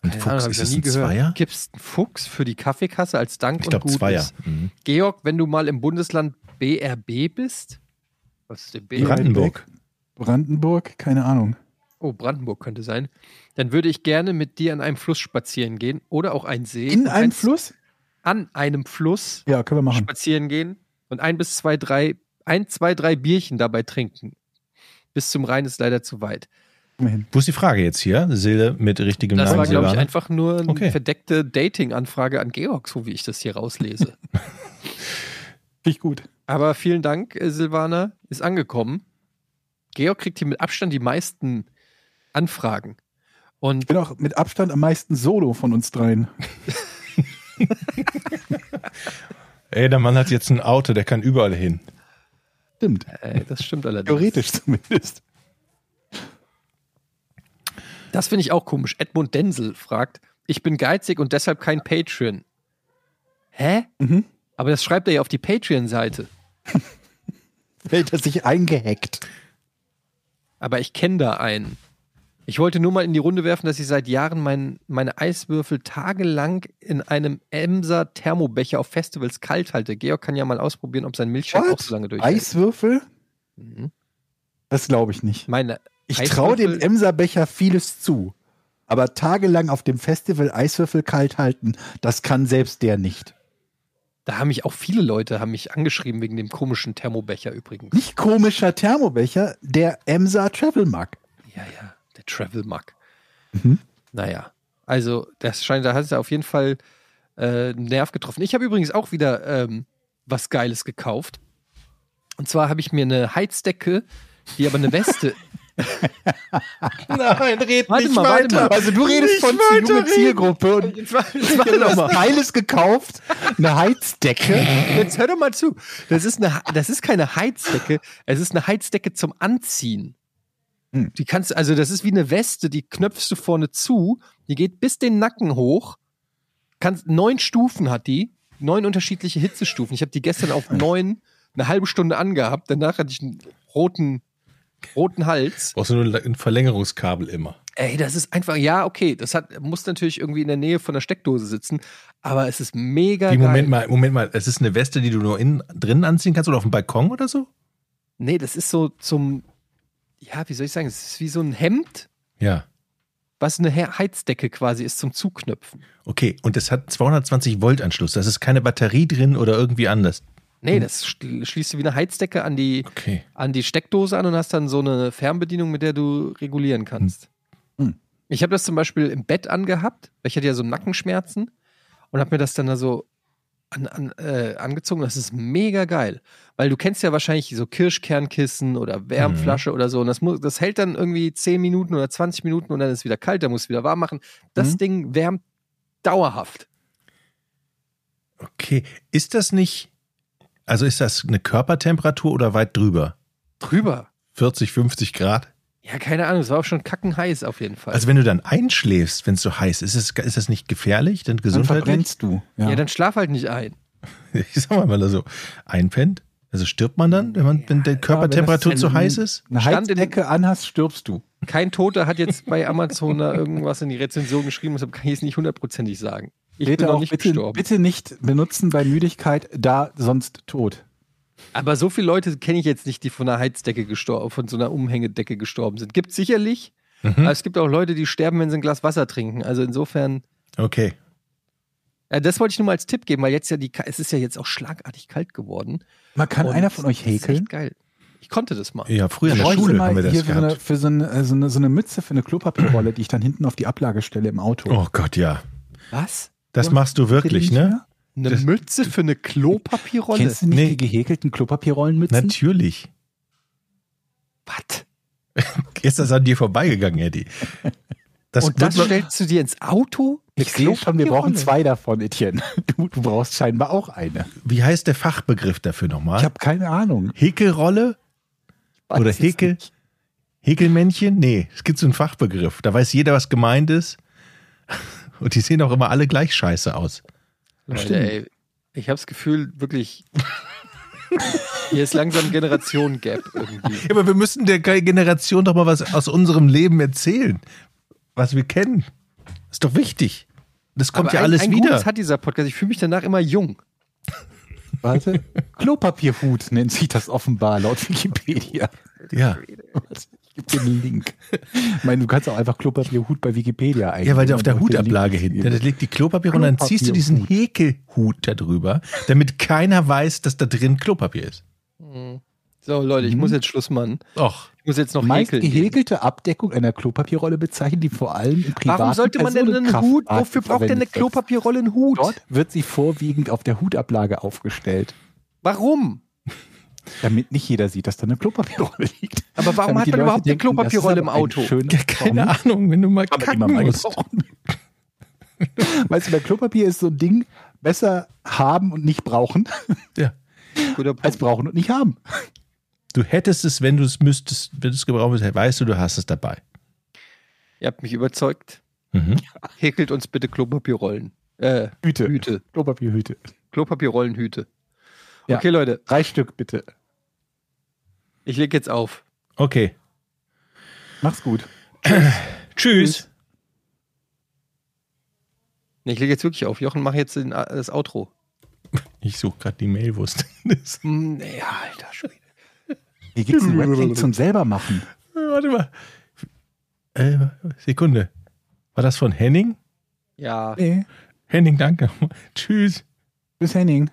S3: Ein
S4: Keine
S3: Fuchs,
S4: Ahnung, hab ich
S3: ist
S4: noch
S3: das
S4: nie
S3: ein
S4: gehört.
S3: Zweier?
S4: Gibt's einen Fuchs für die Kaffeekasse als Dank
S3: Ich glaube,
S4: und
S3: Zweier.
S4: ist?
S3: Mhm.
S4: Georg, wenn du mal im Bundesland BRB bist? Was ist denn BRB?
S3: Brandenburg.
S5: Brandenburg? Keine Ahnung.
S4: Oh, Brandenburg könnte sein. Dann würde ich gerne mit dir an einem Fluss spazieren gehen oder auch einen See.
S5: In
S4: und
S5: einem
S4: eins-
S5: Fluss?
S4: An einem Fluss
S5: Ja, können wir machen.
S4: spazieren gehen und ein bis zwei, drei, ein, zwei, drei Bierchen dabei trinken. Bis zum Rhein ist leider zu weit.
S5: Komm hin.
S3: Wo ist die Frage jetzt hier? Seele mit richtigem
S4: Das
S3: Namen.
S4: war, glaube ich,
S3: Silvana?
S4: einfach nur eine
S3: Okay.
S4: verdeckte Dating-Anfrage an Georg, so wie ich das hier rauslese.
S5: Finde ich gut.
S4: Aber vielen Dank, äh, Silvana, ist angekommen. Georg kriegt hier mit Abstand die meisten Anfragen. Und
S5: Ich bin auch mit Abstand am meisten Solo von uns dreien.
S3: Ey, der Mann hat jetzt ein Auto, der kann überall hin.
S5: Stimmt.
S4: äh, das stimmt allerdings.
S5: Theoretisch zumindest.
S4: Das finde ich auch komisch. Edmund Denzel fragt, ich bin geizig und deshalb kein Patreon. Hä?
S5: Mhm.
S4: Aber das schreibt er ja auf die Patreon-Seite.
S5: Hält er sich eingehackt.
S4: Aber ich kenne da einen. Ich wollte nur mal in die Runde werfen, dass ich seit Jahren mein, meine Eiswürfel tagelang in einem Emser Thermobecher auf Festivals kalt halte. Georg kann ja mal ausprobieren, ob sein Milchshake
S5: What?
S4: auch so lange durchhält.
S5: Eiswürfel?
S4: Mhm.
S5: Das glaube ich nicht.
S4: Meine,
S5: Ich traue dem
S4: Eiswürfel?
S5: Emserbecher vieles zu. Aber tagelang auf dem Festival Eiswürfel kalt halten, das kann selbst der nicht.
S4: da haben mich auch viele Leute haben mich angeschrieben wegen dem komischen Thermobecher übrigens.
S5: Nicht komischer Thermobecher, der Emser Travel Mug.
S4: Ja, ja, der Travel Mug.
S5: Mhm.
S4: Naja, also das scheint, da hat es ja auf jeden Fall äh, einen Nerv getroffen. Ich habe übrigens auch wieder ähm, was Geiles gekauft. Und zwar habe ich mir eine Heizdecke, die aber eine
S5: *laughs*
S4: Weste.
S3: Nein, red
S4: Warte mal, warte mal.
S5: Also du redest von zu junge Zielgruppe Genau. und
S4: Jetzt, war- jetzt, war doch mal.
S5: Teiles gekauft, eine Heizdecke.
S4: jetzt hör doch mal zu. Das ist, eine, das ist keine Heizdecke, es ist eine Heizdecke zum Anziehen.
S2: Hm.
S4: Die kannst, also das ist wie eine Weste, die knöpfst du vorne zu, die geht bis den Nacken hoch. Kannst, neun Stufen hat die, neun unterschiedliche Hitzestufen. Ich habe die gestern auf neun eine halbe Stunde angehabt. Danach hatte ich einen roten, roten Hals.
S3: Brauchst du nur ein Verlängerungskabel immer.
S4: Ey, das ist einfach, ja, okay, das hat, muss natürlich irgendwie in der Nähe von der Steckdose sitzen, aber es ist mega.
S3: Wie,
S4: geil.
S3: Moment mal, Moment mal, es ist eine Weste, die du nur innen drinnen anziehen kannst oder auf dem Balkon oder so?
S4: Nee, das ist so zum, ja, wie soll ich sagen, es ist wie so ein Hemd,
S3: Ja.
S4: was eine He- Heizdecke quasi ist zum Zuknöpfen.
S3: Okay, und es hat 220 Volt Anschluss. Das ist keine Batterie drin oder irgendwie anders.
S4: Nee, das schl- schließt du wie eine Heizdecke an die,
S3: Okay.
S4: an die Steckdose an und hast dann so eine Fernbedienung, mit der du regulieren kannst.
S2: Hm.
S4: Ich habe das zum Beispiel im Bett angehabt, weil ich hatte ja so Nackenschmerzen und habe mir das dann da so an, an, äh, angezogen. Das ist mega geil, weil du kennst ja wahrscheinlich so Kirschkernkissen oder Wärmflasche
S2: Mhm.
S4: oder so und das, mu- das hält dann irgendwie 10 Minuten oder 20 Minuten und dann ist wieder kalt, dann musst du wieder warm machen. Das
S2: Mhm.
S4: Ding wärmt dauerhaft.
S3: Okay. Ist das nicht, also ist das eine Körpertemperatur oder weit drüber?
S4: Drüber.
S3: 40, 50 Grad?
S4: Ja, keine Ahnung, es war auch schon kackenheiß auf jeden Fall.
S3: Also wenn du dann einschläfst, wenn es so heiß ist, ist, es, ist das nicht gefährlich? Denn
S5: Dann
S3: gesundheitlich?
S5: verbrennst du.
S4: ja.
S5: Ja.
S4: dann schlaf halt nicht ein.
S3: *laughs* Ich sag mal, wenn er so einpennt. Also stirbt man dann, wenn, man, wenn der Körpertemperatur
S2: wenn
S3: zu
S2: du-
S3: heiß ist?
S2: Eine
S4: Stand in-
S2: Heizdecke anhast, stirbst du.
S4: Kein Toter hat jetzt bei Amazon da irgendwas in die Rezension geschrieben, deshalb kann ich es nicht hundertprozentig sagen. Ich
S2: Peter,
S4: bin noch
S2: auch
S4: nicht
S2: bitte,
S4: gestorben.
S2: bitte nicht benutzen bei Müdigkeit, da sonst tot.
S4: Aber so viele Leute kenne ich jetzt nicht, die von einer Heizdecke gestorben, von so einer Umhängedecke gestorben sind. Gibt sicherlich,
S3: Mhm.
S4: aber es gibt auch Leute, die sterben, wenn sie ein Glas Wasser trinken. Also insofern,
S3: Okay.
S4: ja, das wollte ich nur mal als Tipp geben, weil jetzt ja die, Ka- es ist ja jetzt auch schlagartig kalt geworden.
S2: Man kann
S4: Und
S2: einer von euch
S4: das ist echt
S2: häkeln. Äh,
S4: geil. Ich konnte das mal.
S3: Ja, früher in
S2: Ich
S3: der
S2: bräuchte
S3: Schule
S2: mal
S3: haben wir das
S2: hier für, so eine,
S3: gehabt.
S2: für so, eine, so, eine, so eine Mütze für eine Klopapierrolle, die ich dann hinten auf die Ablage stelle im Auto.
S3: Oh Gott, ja.
S4: Was?
S3: Das
S2: Ja,
S3: machst du wirklich,
S2: Kennt ihr die
S3: ne?
S2: nicht
S4: Eine
S3: Das-
S4: Mütze für eine
S2: mehr?
S4: Klopapierrolle?
S2: Kennst du nicht
S3: Nee.
S2: die gehäkelten Klopapierrollenmützen?
S3: Natürlich.
S4: Was?
S3: Ist das an dir vorbeigegangen, Eddie? Das
S4: Und das
S3: wird-
S4: stellst du dir ins Auto? Eine
S2: Ich sehe schon, wir
S4: Klopapierrolle?
S2: brauchen zwei davon, Etienne. *laughs* Du, du brauchst scheinbar auch eine.
S3: wie heißt der Fachbegriff dafür
S2: Ich
S3: nochmal?
S2: habe keine Ahnung.
S3: Häkelrolle?
S4: Weiß
S3: Oder
S4: es
S3: Häkel?
S4: nicht.
S3: Häkelmännchen? Nee, es gibt so einen Fachbegriff. Da weiß jeder, was gemeint ist. *laughs* Und die sehen auch immer alle gleich scheiße aus.
S4: Leute, ey, ich habe das Gefühl, wirklich, hier ist langsam Generation-Gap irgendwie.
S3: Ja, aber wir müssen der Generation doch mal was aus unserem Leben erzählen. Was wir kennen. Ist doch wichtig. Das kommt
S4: Aber
S3: ja
S4: ein,
S3: alles
S4: ein
S3: wieder.
S4: Gutes hat dieser Podcast. Ich fühle mich danach immer jung.
S2: Warte. Klopapierhut nennt sich das offenbar laut Wikipedia.
S3: ja.
S2: Warte, Ich gebe dir einen Link. Ich meine, du kannst auch einfach Klopapierhut bei Wikipedia eingeben.
S3: Ja, weil der auf der
S2: und den Link
S3: Hutablage
S2: findest.
S3: hinten, da liegt die Klopapier und dann
S2: Klopapier
S3: ziehst du
S2: und
S3: diesen
S2: Hut.
S3: Häkelhut da drüber, damit keiner weiß, dass da drin Klopapier ist.
S4: So, Leute, ich muss jetzt Schluss machen.
S3: Och,
S4: Ich muss jetzt noch
S2: Meist
S4: häkeln. gehen.
S2: gehäkelte Abdeckung einer Klopapierrolle bezeichnet, die vor allem im privaten
S4: Warum sollte
S2: also
S4: man denn einen Hut?
S2: Personenkraftmarkt
S4: Wofür braucht denn eine
S2: verwendet wird.
S4: Klopapierrolle einen Hut?
S2: Dort wird sie vorwiegend auf der Hutablage aufgestellt,
S4: Warum?
S2: damit nicht jeder sieht, dass da eine Klopapierrolle liegt.
S4: Aber warum
S2: Damit
S4: hat
S2: die
S4: man
S2: Leute
S4: überhaupt eine
S2: denken, das ist
S4: Klopapierrolle im
S2: aber ein
S4: Auto?
S2: schöner-
S3: ja, keine
S2: Warum?
S3: Ahnung, wenn du mal
S2: Kann man
S3: kacken
S2: immer mal
S3: musst.
S2: gebrauchen. weißt du, bei Klopapier ist so ein Ding, besser haben und nicht brauchen,
S3: Ja.
S4: Guter Punkt.
S2: als brauchen und nicht haben.
S3: Du hättest es, wenn du es müsstest, wenn du es gebrauchen würdest, weißt du, du hast es dabei.
S4: Ihr habt mich überzeugt.
S3: Mhm.
S4: Häkelt uns bitte Klopapierrollen. Äh,
S2: Hüte.
S4: Hüte.
S2: Klopapierhüte.
S4: Klopapierrollenhüte.
S2: Ja.
S4: Okay, Leute,
S2: Drei Stück bitte.
S4: ich leg jetzt auf.
S3: Okay.
S2: Mach's gut.
S3: Tschüss.
S4: Nee, Ich lege jetzt wirklich auf. Jochen, mach jetzt den, äh, das Outro.
S3: Ich suche gerade die Mail, wo es *laughs* drin ist.
S4: Hm, ja, alter Schwede.
S2: Hier gibt's einen Webcam zum selber machen.
S3: Äh, Warte mal. Äh, Sekunde. War das von Henning?
S4: Ja.
S2: Nee.
S3: Henning, danke. *laughs* Tschüss.
S2: Bis Henning.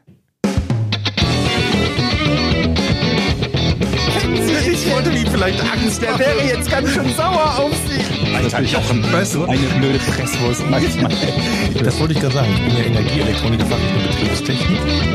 S1: Ich wollte ihm vielleicht Angst. Der wäre jetzt ganz schön sauer auf sie.
S5: Alter, Jochen, so eine blöde Presswurst manchmal.
S3: Das wollte ich gerade sagen. Ich bin ja Energieelektroniker, Fachrichtung Betriebstechnik.